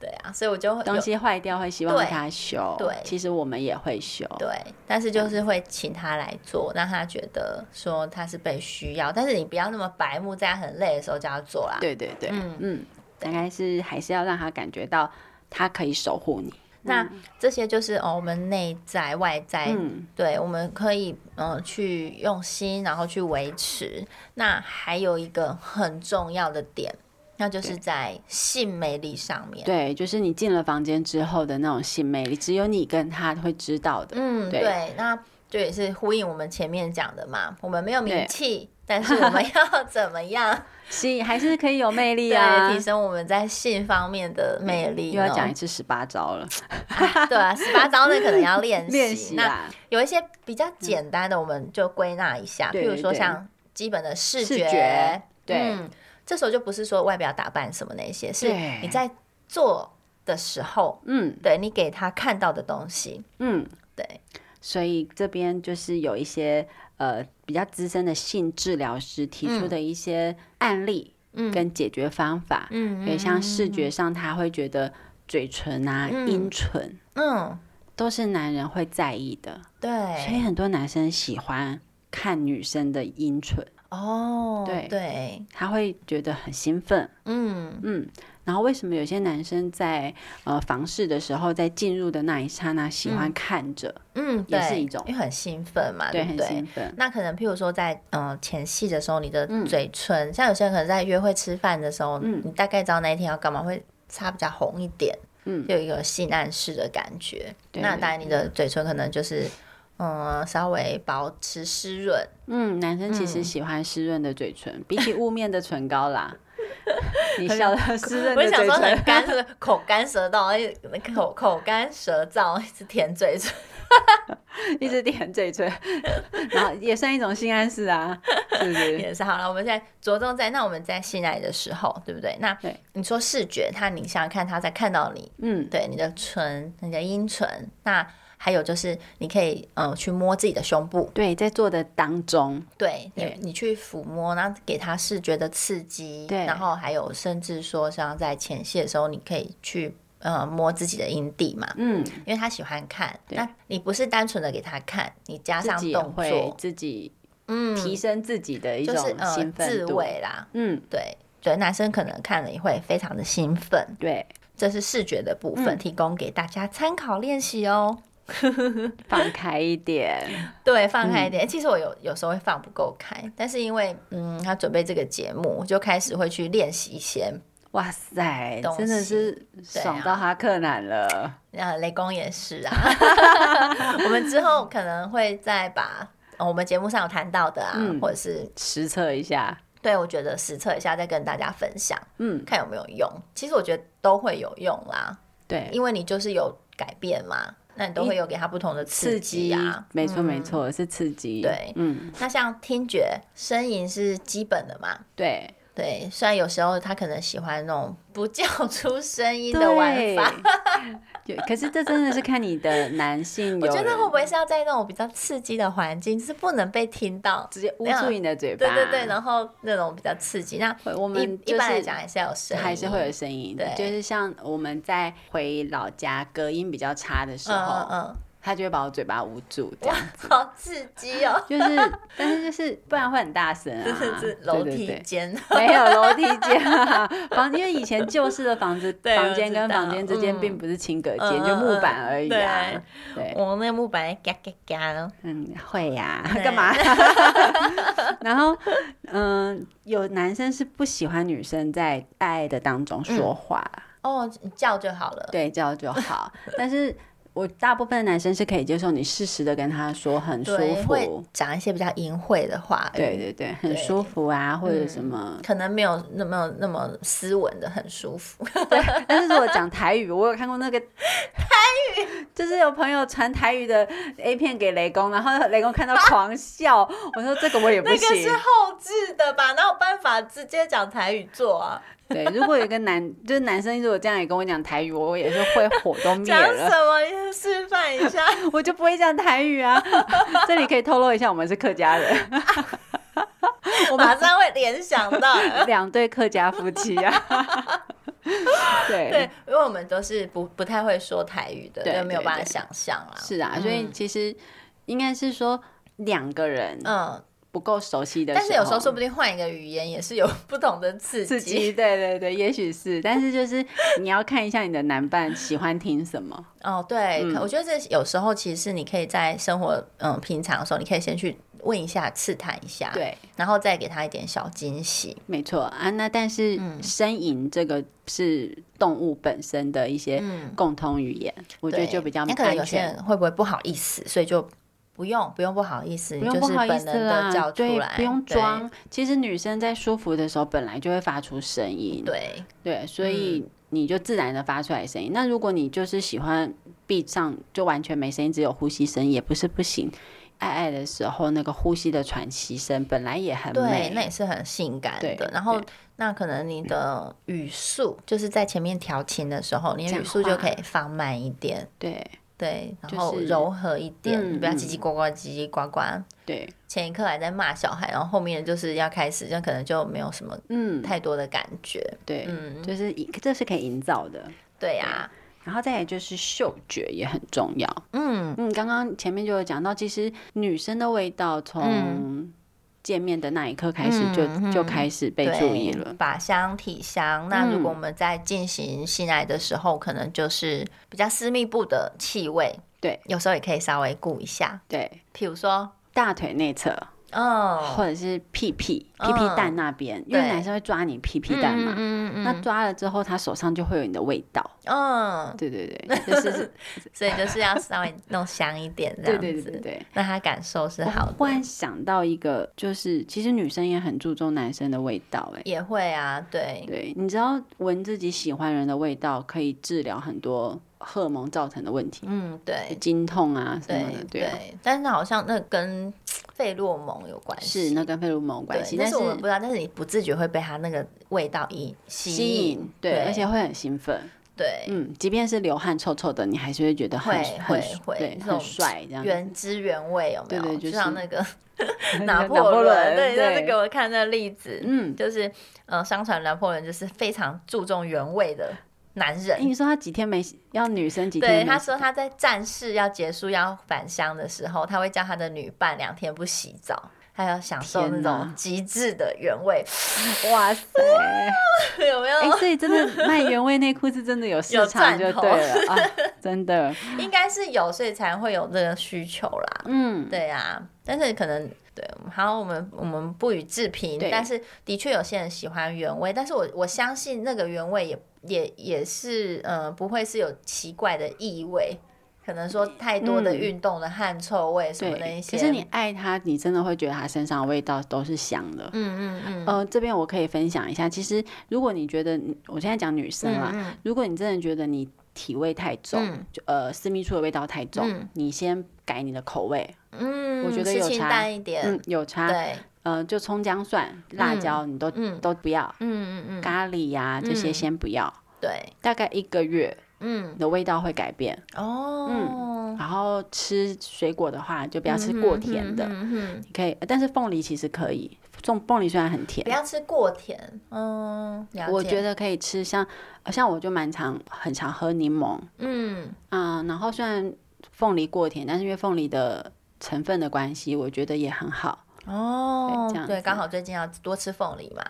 Speaker 2: 对啊，所以我就会
Speaker 1: 东
Speaker 2: 有
Speaker 1: 西坏掉会希望
Speaker 2: 对
Speaker 1: 他修，
Speaker 2: 对
Speaker 1: 其实我们也会修，
Speaker 2: 对，但是就是会请他来做，让他觉得说他是被需要，但是你不要那么白目，在他很累的时候叫他做啦。
Speaker 1: 对对对，
Speaker 2: 嗯
Speaker 1: 嗯，大概是还是要让他感觉到他可以守护你，
Speaker 2: 那这些就是哦，我们内在外在，
Speaker 1: 嗯
Speaker 2: 对，我们可以嗯、呃去用心，然后去维持。那还有一个很重要的点，那就是在性魅力上面。
Speaker 1: 对，就是你进了房间之后的那种性魅力，只有你跟他会知道的，
Speaker 2: 嗯，
Speaker 1: 对
Speaker 2: 对，那这也是呼应我们前面讲的嘛，我们没有
Speaker 1: 对
Speaker 2: 名气，但是我们要怎么 样？
Speaker 1: 吸还是可以有 魅力
Speaker 2: 对，
Speaker 1: 啊。
Speaker 2: 提哦升我们在性方面的魅力
Speaker 1: 又
Speaker 2: 呢。
Speaker 1: 要讲一次十八招了，
Speaker 2: 对啊，十八招那可能要练 习。
Speaker 1: 练习啊
Speaker 2: 那
Speaker 1: 啦，
Speaker 2: 有一些比较简单的，我们就归纳一下，
Speaker 1: 对
Speaker 2: 譬如说
Speaker 1: 对
Speaker 2: 像基本的视
Speaker 1: 视
Speaker 2: 觉，
Speaker 1: 觉对
Speaker 2: 嗯这时候就不是说外表打扮什么那些，是
Speaker 1: 对
Speaker 2: 你在做的时候，
Speaker 1: 嗯
Speaker 2: 对你给他看到的东西，
Speaker 1: 嗯，
Speaker 2: 对，
Speaker 1: 所以这边就是有一些呃比较资深的性治疗师提出的一些案例
Speaker 2: 嗯
Speaker 1: 跟解决方法，
Speaker 2: 嗯，
Speaker 1: 对，像
Speaker 2: 嗯
Speaker 1: 视觉上他会觉得嘴唇啊、
Speaker 2: 嗯
Speaker 1: 阴唇
Speaker 2: 嗯，
Speaker 1: 都是男人会在意的，
Speaker 2: 对，
Speaker 1: 所以很多男生喜欢看女生的阴唇，
Speaker 2: 哦，
Speaker 1: 对
Speaker 2: 对，
Speaker 1: 他会觉得很兴奋，
Speaker 2: 嗯
Speaker 1: 嗯。然后为什么有些男生在呃房事的时候，在进入的那一刹那喜欢看着，
Speaker 2: 嗯，
Speaker 1: 也是
Speaker 2: 对
Speaker 1: 一种
Speaker 2: 因为很兴奋嘛，
Speaker 1: 对，
Speaker 2: 不
Speaker 1: 很
Speaker 2: 啊对
Speaker 1: 兴？奋，
Speaker 2: 那可能譬如说在嗯、呃前戏的时候，你的
Speaker 1: 嗯
Speaker 2: 嘴唇，像有些人可能在约会吃饭的时候，
Speaker 1: 嗯
Speaker 2: 你大概知道那一天要干嘛，会擦比较红一点，
Speaker 1: 嗯，
Speaker 2: 就有一个性暗示的感觉。
Speaker 1: 对
Speaker 2: 那当然，你的嘴唇可能就是嗯、呃稍微保持湿润，
Speaker 1: 嗯，男生其实
Speaker 2: 嗯
Speaker 1: 喜欢湿润的嘴唇，比起雾面的唇膏 啦。你笑的湿润
Speaker 2: 我
Speaker 1: 的
Speaker 2: 也想
Speaker 1: 嘴
Speaker 2: 说
Speaker 1: 唇
Speaker 2: 很，干，是不是口干舌燥，一直口口干舌燥，一直舔嘴唇。
Speaker 1: 一直舔嘴唇， 然后也算一种性暗示啊，是不是？
Speaker 2: 也是好了，我们现在着重在那我们在性爱的时候，对不对？那
Speaker 1: 对
Speaker 2: 你说视觉，他你想想看，他在看到你，
Speaker 1: 嗯，
Speaker 2: 对你的唇、你的阴唇，那还有就是你可以嗯、呃去摸自己的胸部，
Speaker 1: 对，在做的当中，
Speaker 2: 对你
Speaker 1: 对
Speaker 2: 你去抚摸，然后给他视觉的刺激，
Speaker 1: 对
Speaker 2: 然后还有甚至说像在前戏的时候，你可以去呃摸自己的阴蒂嘛。
Speaker 1: 嗯，
Speaker 2: 因为他喜欢看，
Speaker 1: 对
Speaker 2: 那你不是单纯的给他看，你加
Speaker 1: 自
Speaker 2: 上
Speaker 1: 己也
Speaker 2: 动
Speaker 1: 会
Speaker 2: 作，
Speaker 1: 自己
Speaker 2: 嗯，
Speaker 1: 提升自己的一
Speaker 2: 就
Speaker 1: 种
Speaker 2: 是呃
Speaker 1: 兴奋
Speaker 2: 自
Speaker 1: 度，
Speaker 2: 慰啦，
Speaker 1: 嗯，
Speaker 2: 对对，男生可能看了也会非常的兴奋，
Speaker 1: 对，
Speaker 2: 这是视觉的部分，
Speaker 1: 嗯
Speaker 2: 提供给大家参考练习哦。
Speaker 1: 放开一 点，
Speaker 2: 对，放开一
Speaker 1: 嗯
Speaker 2: 点。其实我有有时候会放不够开，但是因为嗯，他准备这个节目，我就开始会去练习一些。
Speaker 1: 哇塞，
Speaker 2: 东
Speaker 1: 真的
Speaker 2: 西
Speaker 1: 是
Speaker 2: 对
Speaker 1: 爽
Speaker 2: 啊
Speaker 1: 到哈克难了，
Speaker 2: 那雷公也是啊， 我们之后可能会再把、呃我们节目上有谈到的啊，
Speaker 1: 嗯
Speaker 2: 或者是
Speaker 1: 实测一下，
Speaker 2: 对我觉得实测一下，再跟大家分享，
Speaker 1: 嗯，
Speaker 2: 看有没有用。其实我觉得都会有用啦，
Speaker 1: 对，
Speaker 2: 因为你就是有改变嘛，那你都会有给他不同的
Speaker 1: 刺
Speaker 2: 激
Speaker 1: 激
Speaker 2: 啊，，
Speaker 1: 没错
Speaker 2: 嗯
Speaker 1: 没。错，是刺激，
Speaker 2: 对
Speaker 1: 嗯，
Speaker 2: 那像听觉、声音是基本的嘛，
Speaker 1: 对，
Speaker 2: 对。虽然有时候他可能喜欢那种不叫出声音的玩
Speaker 1: 对
Speaker 2: 法，，
Speaker 1: 对， 可是这真的是看你的男性
Speaker 2: 我
Speaker 1: 友人，
Speaker 2: 觉得会不会是要在那种比较刺激的环境，就是不能被听到？
Speaker 1: 直接捂
Speaker 2: 那样
Speaker 1: 住你的嘴
Speaker 2: 对
Speaker 1: 巴，
Speaker 2: 对对，然后那种比较刺激，那
Speaker 1: 会我
Speaker 2: 一
Speaker 1: 们
Speaker 2: 一
Speaker 1: 就
Speaker 2: 般来
Speaker 1: 是
Speaker 2: 讲还是要有声音，
Speaker 1: 还是会有声音，
Speaker 2: 对
Speaker 1: 就是像我们在回老家隔音比较差的时
Speaker 2: 嗯
Speaker 1: 候，
Speaker 2: 嗯嗯，
Speaker 1: 他就会把我嘴巴捂住，这样
Speaker 2: 好刺 激哦！
Speaker 1: 就是，但是就是不然会很大声啊，
Speaker 2: 这是
Speaker 1: 对
Speaker 2: 楼
Speaker 1: 对
Speaker 2: 梯
Speaker 1: 对
Speaker 2: 间，
Speaker 1: 没有楼梯间、啊，房因为以前旧式的房子，
Speaker 2: 对
Speaker 1: 房间
Speaker 2: 我知
Speaker 1: 跟房
Speaker 2: 道
Speaker 1: 间之间
Speaker 2: 嗯
Speaker 1: 并不是轻隔间，
Speaker 2: 嗯
Speaker 1: 就
Speaker 2: 嗯
Speaker 1: 木
Speaker 2: 嗯
Speaker 1: 板而已啊。对，
Speaker 2: 我那木板嘎嘎嘎哦咯
Speaker 1: 嗯，会呀、
Speaker 2: 对
Speaker 1: 干 嘛？然后，嗯、有男生是不喜欢女生在爱的当中
Speaker 2: 嗯
Speaker 1: 说话，
Speaker 2: 哦，叫就好了。
Speaker 1: 对，这样就好。但是我大部分的男生是可以接受你适时的跟他说很舒
Speaker 2: 对，会
Speaker 1: 服，
Speaker 2: 讲一些比较淫秽的话语，
Speaker 1: 对对对，很
Speaker 2: 对嗯
Speaker 1: 舒服啊，或者什么。
Speaker 2: 可能没有那么那么斯文的，很舒服。
Speaker 1: 但是如果讲台语，我有看过 那个台语， 就是有朋友传台语的 A 片给雷公，然后雷公看到狂笑，我说这个我也不
Speaker 2: 那个
Speaker 1: 行
Speaker 2: 是。后置的吧？哪有办法直接讲台语做啊？
Speaker 1: 对，如果有一个男， 就是男生如果这样也跟我讲台语，我也是会火都灭
Speaker 2: 讲
Speaker 1: 了，
Speaker 2: 什么？你示范一 下。
Speaker 1: 我就不会讲台语 啊。这里可以透露一下，我们是客家人，
Speaker 2: 我马上会联想到。
Speaker 1: 两对客家夫妻啊。 对。
Speaker 2: 对，因为我们都是不不太会说台语的，
Speaker 1: 对
Speaker 2: 就没有
Speaker 1: 对
Speaker 2: 办法
Speaker 1: 对
Speaker 2: 想象啊。
Speaker 1: 是啊，所以其实应该是说两个人
Speaker 2: 嗯，
Speaker 1: 不够熟悉的
Speaker 2: 但是有时候说
Speaker 1: 不
Speaker 2: 不定换一个语言也是有不同的刺
Speaker 1: 刺
Speaker 2: 激。
Speaker 1: 激，对对对，也许是，但是就是你要看一下你的男伴喜欢听什么，
Speaker 2: 哦，对，
Speaker 1: 嗯
Speaker 2: 可我觉得这有时候其实是你可以在生活嗯平常的时候，你可以先去问一下、试探一下，，
Speaker 1: 对，
Speaker 2: 然后再给他一点小惊喜。
Speaker 1: 没错啊。那但是
Speaker 2: 嗯
Speaker 1: 呻吟这个是动物本身的一些共通语言，我觉得
Speaker 2: 嗯对
Speaker 1: 就比较
Speaker 2: 那可能有
Speaker 1: 安
Speaker 2: 些
Speaker 1: 全。
Speaker 2: 人会不会不好意思，所以就不用不用不好意思，
Speaker 1: 不
Speaker 2: 你
Speaker 1: 用
Speaker 2: 就
Speaker 1: 不
Speaker 2: 是
Speaker 1: 好意
Speaker 2: 本
Speaker 1: 思
Speaker 2: 能的
Speaker 1: 啦
Speaker 2: 叫，出
Speaker 1: 对
Speaker 2: 来，，
Speaker 1: 不用
Speaker 2: 对。
Speaker 1: 装。其实女生在舒服的时候本来就会发出声音，
Speaker 2: 对，嗯
Speaker 1: 对，所以你就自然的发出来声音。那如果你就是喜欢闭上就完全没声音，只有呼吸声也不是不行。爱爱的时候，那个呼吸的喘息声本来也很
Speaker 2: 对，
Speaker 1: 美，
Speaker 2: 那也是很性感
Speaker 1: 对
Speaker 2: 的。然后
Speaker 1: 对，
Speaker 2: 那可能你的语速，就是在前面调情的时候，你的
Speaker 1: 讲
Speaker 2: 语速就
Speaker 1: 话
Speaker 2: 可以放慢一点，
Speaker 1: 对
Speaker 2: 对，然
Speaker 1: 就
Speaker 2: 后
Speaker 1: 是
Speaker 2: 柔和一点，
Speaker 1: 嗯
Speaker 2: 不要
Speaker 1: 嗯
Speaker 2: 叽叽呱呱，叽叽呱呱。
Speaker 1: 对，
Speaker 2: 前一刻还在骂小孩，然后后面就是要开始，就可能就没有什么
Speaker 1: 嗯，
Speaker 2: 太多的感觉。
Speaker 1: 对，
Speaker 2: 嗯
Speaker 1: 就是一这是可以营造的。
Speaker 2: 对啊呀、
Speaker 1: 然后再来就是嗅觉也很重要。
Speaker 2: 嗯，
Speaker 1: 嗯，刚刚前面就有讲到，其实女生的味道从见面的那一刻开始就、
Speaker 2: 嗯嗯嗯
Speaker 1: 就开始被
Speaker 2: 对，
Speaker 1: 注意了。
Speaker 2: 法香、体香。那
Speaker 1: 嗯
Speaker 2: 如果我们在进行性爱的时候，可能就是比较私密部的气味，
Speaker 1: 对，
Speaker 2: 有时候也可以稍微顾一下，
Speaker 1: 对，
Speaker 2: 譬如说，
Speaker 1: 大腿内侧，
Speaker 2: 哦，
Speaker 1: 或者是屁屁、
Speaker 2: 嗯
Speaker 1: 屁屁蛋那边，因为
Speaker 2: 对
Speaker 1: 男生会抓你屁屁
Speaker 2: 嗯
Speaker 1: 蛋嘛，
Speaker 2: 嗯嗯
Speaker 1: 那抓了之后，他手上就会有你的味道。
Speaker 2: 嗯，
Speaker 1: 对对对， 就是
Speaker 2: 所以就是要稍微弄香一点，这
Speaker 1: 对
Speaker 2: 样 子，
Speaker 1: 对对对哦对。
Speaker 2: 让他感受是好
Speaker 1: 我忽然
Speaker 2: 的。
Speaker 1: 想到一个，就是其实女生也很注重男生的味道、哎，
Speaker 2: 也会啊，对，
Speaker 1: 对，你知道闻自己喜欢人的味道可以治疗很多荷尔蒙造成的问题，
Speaker 2: 嗯，对，
Speaker 1: 经痛啊什么
Speaker 2: 对
Speaker 1: 的，对啊，
Speaker 2: 但是好像那跟费洛蒙有关系，
Speaker 1: 是那跟费洛蒙有关系，
Speaker 2: 对但
Speaker 1: 但
Speaker 2: 是我们不知道，但是你不自觉会被它那个味道引吸
Speaker 1: 吸引，对，而且会很兴奋，
Speaker 2: 对。
Speaker 1: 嗯，即便是流汗臭臭的，你还是会觉得很
Speaker 2: 会
Speaker 1: 很
Speaker 2: 会会
Speaker 1: 对
Speaker 2: 那
Speaker 1: 很
Speaker 2: 种
Speaker 1: 帅这样子。
Speaker 2: 原汁原味有没有？
Speaker 1: 嗯对对就是
Speaker 2: 像那个
Speaker 1: 拿
Speaker 2: 拿
Speaker 1: 破
Speaker 2: 破
Speaker 1: 仑
Speaker 2: 仑，对，
Speaker 1: 对
Speaker 2: 那是给我看那个例子，
Speaker 1: 嗯，
Speaker 2: 就是呃，相传拿破仑就是非常注重原味的男人，
Speaker 1: 你说他几天没洗要女生几
Speaker 2: 对，
Speaker 1: 天嗯
Speaker 2: 他
Speaker 1: 没洗？
Speaker 2: 说他在战事要结束要返乡的时候，他会叫他的女伴两天不洗澡，他要享受
Speaker 1: 天
Speaker 2: 那
Speaker 1: 哪
Speaker 2: 种极致的原味，
Speaker 1: 哇塞！
Speaker 2: 有没有？
Speaker 1: 哎、所以真的卖原味内裤是真的有市
Speaker 2: 有
Speaker 1: 场
Speaker 2: 赚
Speaker 1: 就
Speaker 2: 头
Speaker 1: 对了啊，真的，
Speaker 2: 应该是有，所以才会有这个需求啦。
Speaker 1: 嗯，
Speaker 2: 对啊，但是可能对，好，我们我们不予置评
Speaker 1: 对，
Speaker 2: 但是的确有些人喜欢原味，但是我我相信那个原味也也也是呃，不会是有奇怪的异味。可能说太多的
Speaker 1: 嗯
Speaker 2: 运动的汗臭味什么的一
Speaker 1: 对。
Speaker 2: 些，
Speaker 1: 可是你爱他，你真的会觉得他身上的味道都是香的。
Speaker 2: 嗯嗯嗯，
Speaker 1: 呃，这边我可以分享一下，其实如果你觉得你，我现在讲女生啦，
Speaker 2: 嗯
Speaker 1: 如果你真的觉得你体味太重，
Speaker 2: 嗯
Speaker 1: 就呃私密处的味道太重，
Speaker 2: 嗯
Speaker 1: 你先改你的口味，
Speaker 2: 嗯，
Speaker 1: 我觉得
Speaker 2: 是
Speaker 1: 有
Speaker 2: 清
Speaker 1: 差
Speaker 2: 淡一点，
Speaker 1: 嗯，有差，
Speaker 2: 对，
Speaker 1: 呃，就葱姜蒜、辣椒你都、
Speaker 2: 嗯
Speaker 1: 都不要，
Speaker 2: 嗯嗯嗯，
Speaker 1: 咖喱呀、这些
Speaker 2: 嗯
Speaker 1: 先不要，
Speaker 2: 对，
Speaker 1: 大概一个月
Speaker 2: 嗯
Speaker 1: 你的味道会改变。
Speaker 2: 哦，嗯，
Speaker 1: 然后吃水果的话，就不要吃过甜的，
Speaker 2: 嗯嗯嗯
Speaker 1: 你可以，呃但是凤梨其实可以，凤凤梨虽然很甜
Speaker 2: 不。要吃过甜，嗯，了
Speaker 1: 我
Speaker 2: 解
Speaker 1: 觉得可以吃像，呃像我就蛮常很常喝柠檬，
Speaker 2: 嗯
Speaker 1: 嗯，然后虽然凤梨过甜，但是因为凤梨的成分的关系，我觉得也很 好。
Speaker 2: 哦
Speaker 1: 对这样，
Speaker 2: 对，
Speaker 1: 子
Speaker 2: 刚好最近要多吃凤梨 嘛。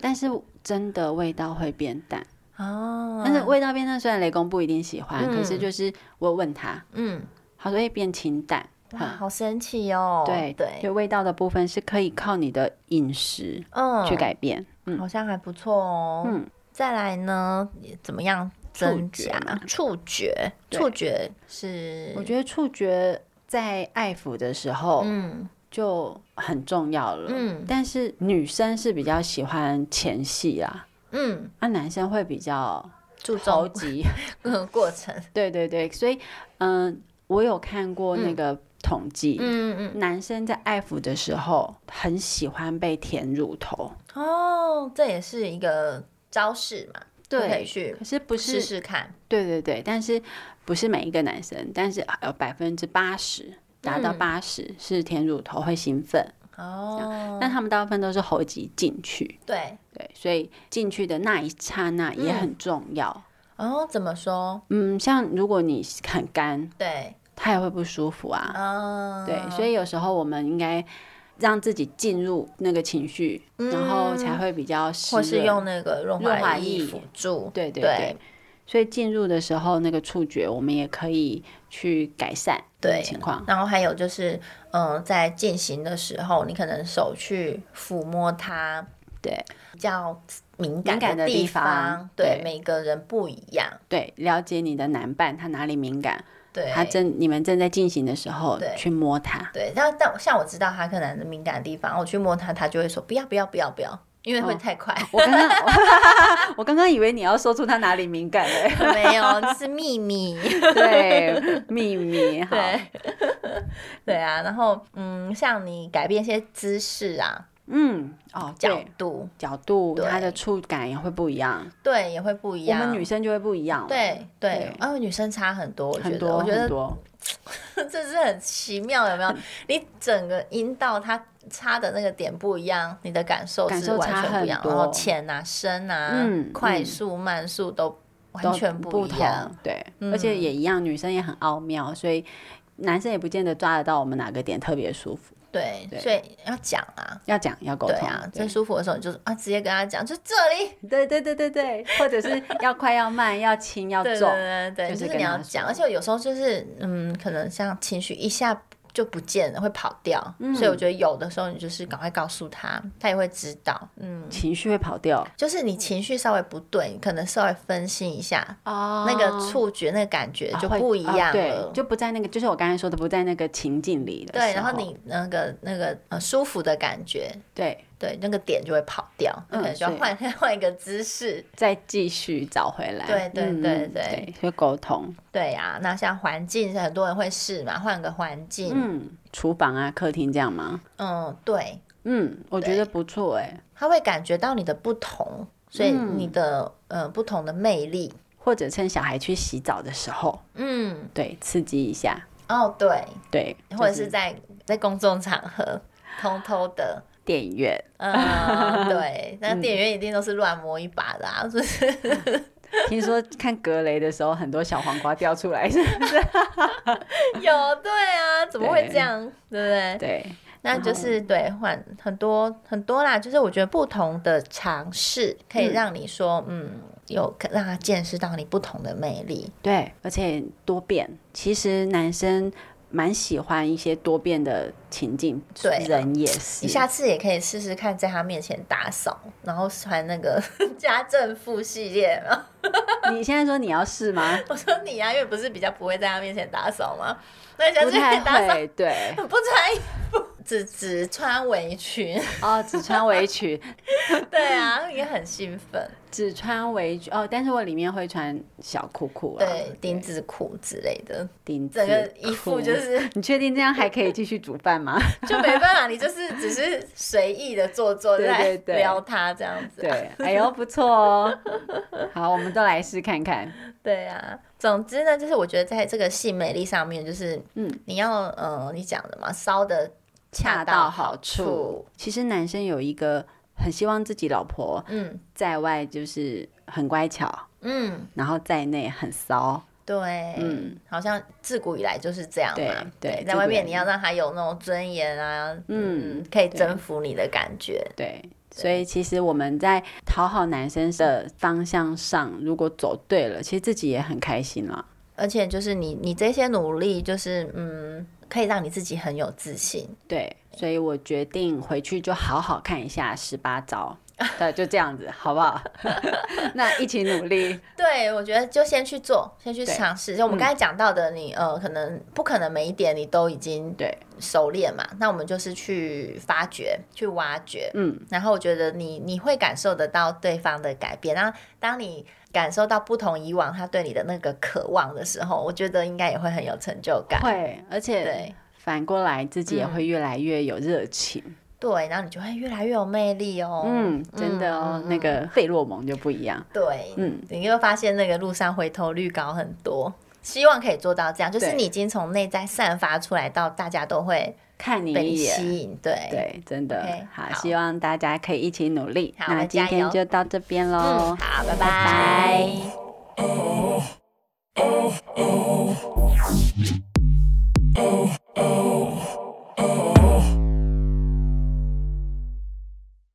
Speaker 1: 但是真的味道会变淡，
Speaker 2: 哦，
Speaker 1: 但是味道变淡，虽然雷公不一定喜欢，可是
Speaker 2: 嗯
Speaker 1: 就是我有问他，
Speaker 2: 嗯，
Speaker 1: 他说会变清淡。
Speaker 2: 哇，
Speaker 1: 嗯
Speaker 2: 好神奇哦。
Speaker 1: 对
Speaker 2: 对，
Speaker 1: 就味道的部分是可以靠你的饮食
Speaker 2: 嗯，
Speaker 1: 去改变。嗯
Speaker 2: 好像还不错哦。
Speaker 1: 嗯，
Speaker 2: 再来呢，怎么样增加触觉？
Speaker 1: 对
Speaker 2: 触觉是，
Speaker 1: 我觉得触觉在爱抚的时候
Speaker 2: 嗯
Speaker 1: 就很重要了。
Speaker 2: 嗯
Speaker 1: 但是女生是比较喜欢前戏啊，
Speaker 2: 嗯，
Speaker 1: 那、男生会比较
Speaker 2: 注
Speaker 1: 着
Speaker 2: 重
Speaker 1: 急。
Speaker 2: 嗯 过程，
Speaker 1: 对对对，所以嗯，我有看过那个统计。
Speaker 2: 嗯嗯
Speaker 1: 男生在爱抚的时候很喜欢被舔乳头，
Speaker 2: 嗯，哦，这也是一个招式嘛，就可以去
Speaker 1: 可是不是
Speaker 2: 试试看。
Speaker 1: 对对对，但是不是每一个男生，但是有百分之八十达到
Speaker 2: 嗯
Speaker 1: 八十是舔乳头会兴奋，
Speaker 2: 哦，
Speaker 1: 但他们大部分都是猴急进去，
Speaker 2: 对，
Speaker 1: 对，所以进去的那一刹那也很重要。
Speaker 2: 哦，怎么说？
Speaker 1: 嗯像如果你很干，
Speaker 2: 对，
Speaker 1: 他也会不舒服啊。
Speaker 2: 嗯，
Speaker 1: 对，所以有时候我们应该让自己进入那个情绪，然后才会比较湿
Speaker 2: 或是
Speaker 1: 润
Speaker 2: 用那个润
Speaker 1: 润滑
Speaker 2: 滑
Speaker 1: 液
Speaker 2: 液辅助，
Speaker 1: 对对对
Speaker 2: 对，
Speaker 1: 所以进入的时候，那个触觉我们也可以去改善这个
Speaker 2: 对
Speaker 1: 情况。
Speaker 2: 然后还有就是，嗯、在进行的时候，你可能手去抚摸它
Speaker 1: 对
Speaker 2: 比较敏
Speaker 1: 敏感
Speaker 2: 感
Speaker 1: 的地
Speaker 2: 地
Speaker 1: 方对
Speaker 2: 对，每个人不一样，
Speaker 1: 对，了解你的男伴他哪里敏感，
Speaker 2: 对，
Speaker 1: 他正你们正在进行的时候
Speaker 2: 对
Speaker 1: 去摸他，
Speaker 2: 对，但但像我知道他可能敏感的地方，我去摸他，他就会说不要不要不要不要，因为会
Speaker 1: 哦
Speaker 2: 太快。
Speaker 1: 我刚刚我刚刚以为你要说出他哪里敏感嘞，
Speaker 2: 没有，这是秘密。
Speaker 1: 对，秘密好，
Speaker 2: 对，对啊。然后，嗯，像你改变一些姿势啊、
Speaker 1: 嗯，哦，
Speaker 2: 角
Speaker 1: 对，
Speaker 2: 度，
Speaker 1: 角度
Speaker 2: 对
Speaker 1: 它的触感也会不一样，
Speaker 2: 对，也会不一
Speaker 1: 我
Speaker 2: 样。
Speaker 1: 们女生就会不一样了，
Speaker 2: 对对
Speaker 1: 对，
Speaker 2: 因为女生差很多，我觉
Speaker 1: 很
Speaker 2: 得，
Speaker 1: 多
Speaker 2: 我觉
Speaker 1: 很
Speaker 2: 得
Speaker 1: 多，
Speaker 2: 这是很奇妙，有 没有？你整个阴道它插的那个点不一样，你的感受
Speaker 1: 感
Speaker 2: 是
Speaker 1: 受
Speaker 2: 完
Speaker 1: 差
Speaker 2: 全不一样，
Speaker 1: 很
Speaker 2: 然
Speaker 1: 多
Speaker 2: 后浅啊、深啊、
Speaker 1: 嗯
Speaker 2: 快
Speaker 1: 嗯
Speaker 2: 速、慢速都完
Speaker 1: 都
Speaker 2: 全
Speaker 1: 不
Speaker 2: 一样
Speaker 1: 同。，对，而且也一样，女生也很奥妙，所以男生也不见得抓得到我们哪个点特别舒服，
Speaker 2: 对，
Speaker 1: 对
Speaker 2: 所以要讲啊。
Speaker 1: 要讲要沟
Speaker 2: 对
Speaker 1: 通，
Speaker 2: 啊，
Speaker 1: 对
Speaker 2: 最舒服的时候你就是啊，直接跟他讲，就这里，
Speaker 1: 对对对对对，或者是要快要慢，要轻要
Speaker 2: 对对
Speaker 1: 重，
Speaker 2: 对对，
Speaker 1: 就
Speaker 2: 就是是
Speaker 1: 跟
Speaker 2: 你
Speaker 1: 他
Speaker 2: 要讲，
Speaker 1: 说
Speaker 2: 而且有时候就是嗯，可能像情绪一下就不见了，会跑掉，所以
Speaker 1: 嗯
Speaker 2: 我觉得有的时候你就是赶快告诉他，他也会知道，嗯，
Speaker 1: 情绪会跑掉
Speaker 2: 就是你情绪稍微不对，你可能稍微分心一下，
Speaker 1: 哦啊
Speaker 2: 那个触觉、那个感觉就不一样了。
Speaker 1: 对，就不在那个，就是我刚才说的，不在那个情境里的时候。
Speaker 2: 对，然后你那个那个呃舒服的感觉，
Speaker 1: 对，
Speaker 2: 对，那个点就会跑掉，那可能就要
Speaker 1: 嗯
Speaker 2: 换 换一个姿势。
Speaker 1: 再继续找回来。
Speaker 2: 对对
Speaker 1: 嗯
Speaker 2: 对
Speaker 1: 对
Speaker 2: 对，
Speaker 1: 就沟通，
Speaker 2: 对呀、那像环境，很多人会试嘛，换个环境，
Speaker 1: 嗯，厨房啊、客厅这样吗？
Speaker 2: 嗯对，
Speaker 1: 嗯，我觉得不错哎、
Speaker 2: 他会感觉到你的不同，所以
Speaker 1: 嗯
Speaker 2: 你的、呃不同的魅力，
Speaker 1: 或者趁小孩去洗澡的时候，
Speaker 2: 嗯，
Speaker 1: 对，刺激一下，
Speaker 2: 哦对，
Speaker 1: 对，
Speaker 2: 或者
Speaker 1: 就是
Speaker 2: 在在公众场合偷偷的。
Speaker 1: 电影院
Speaker 2: 嗯，对，那店员一定都是乱摸一把的啊，就是
Speaker 1: 听说看格雷的时候，很多小黄瓜掉出来，是不是？
Speaker 2: 有对啊，怎么会这样，对不对？
Speaker 1: 对，
Speaker 2: 那就是对换很多很多啦，就是我觉得不同的尝试可以让你说，嗯，有让他见识到你不同的魅力，
Speaker 1: 对，而且多变。其实男生蛮喜欢一些多变的情境，
Speaker 2: 对
Speaker 1: 人也是。
Speaker 2: 你下次也可以试试看，在他面前打扫，然后穿那个 家政妇系列嘛。
Speaker 1: 你现在说你要试吗？
Speaker 2: 我说你啊，因为不是比较不会在他面前打扫吗？那你下
Speaker 1: 不
Speaker 2: 次可以打
Speaker 1: 太
Speaker 2: 扫，
Speaker 1: 会，对，
Speaker 2: 不穿衣服， 只只穿围裙。
Speaker 1: 哦，只穿围裙，
Speaker 2: 对啊，也很兴奋。
Speaker 1: 只穿围裙，哦，但是我里面会穿小裤裤啊，
Speaker 2: 对，丁字裤之类的，
Speaker 1: 丁字
Speaker 2: 整个衣服就
Speaker 1: 裤。
Speaker 2: 是
Speaker 1: 你确定这样还可以继续煮饭 吗？
Speaker 2: 就没办法，你就是只是随意的做做，
Speaker 1: 对对
Speaker 2: 在
Speaker 1: 对
Speaker 2: 撩他这样子、啊。
Speaker 1: 对，哎呦，不错哦。好，我们都来试看看。
Speaker 2: 对啊，总之呢，就是我觉得在这个性美丽上面，就是
Speaker 1: 嗯
Speaker 2: 嗯，你要呃，你讲的嘛，烧的
Speaker 1: 恰到
Speaker 2: 到
Speaker 1: 好处
Speaker 2: 处。。
Speaker 1: 其实男生有一个很希望自己老婆
Speaker 2: 嗯
Speaker 1: 在外就是很乖巧，
Speaker 2: 嗯，
Speaker 1: 然后在内很骚，
Speaker 2: 对，
Speaker 1: 嗯，
Speaker 2: 好像自古以来就是这样嘛。
Speaker 1: 对对
Speaker 2: 在外
Speaker 1: 自古以来
Speaker 2: 面你要让他有那种尊严啊，
Speaker 1: 嗯
Speaker 2: 嗯，可以征服你的感觉。
Speaker 1: 对。所以其实我们在讨好男生的方向上，如果走对了，其实自己也很开心啦。
Speaker 2: 而且就是你，你这些努力，就是嗯，可以让你自己很有自信。
Speaker 1: 对，所以我决定回去就好好看一下十八招。对，就这样子，好不好？ 那一起努力。
Speaker 2: 对，我觉得就先去做，先去
Speaker 1: 对嗯
Speaker 2: 尝试。就我们刚才讲到的你，呃，可能不可能每一点你都已经
Speaker 1: 对，
Speaker 2: 熟练嘛？那我们就是去发掘、去挖掘。
Speaker 1: 嗯，
Speaker 2: 然后我觉得你你会感受得到对方的改变。然后当你感受到不同以往他对你的那个渴望的时候，我觉得应该也会很有成就感。
Speaker 1: 会，而且
Speaker 2: 对
Speaker 1: 反过来自己也会越来越有热情。
Speaker 2: 对，然后你就会越来越有魅力哦。
Speaker 1: 嗯，真的哦，
Speaker 2: 嗯嗯
Speaker 1: 那个费洛蒙就不一样。
Speaker 2: 对，
Speaker 1: 嗯
Speaker 2: 你会发现那个路上回头率高很多。希望可以做到这样，就是
Speaker 1: 对
Speaker 2: 你已经从内在散发出来，到大家都会
Speaker 1: 看你
Speaker 2: 被你
Speaker 1: 一眼。
Speaker 2: 吸引。对，
Speaker 1: 对，真的
Speaker 2: OK，
Speaker 1: 好，
Speaker 2: 好
Speaker 1: 希望大家可以一起努力。
Speaker 2: 好
Speaker 1: 那
Speaker 2: 那
Speaker 1: 今
Speaker 2: 加
Speaker 1: 天
Speaker 2: 油
Speaker 1: 就到这边喽。
Speaker 2: 嗯，好，拜拜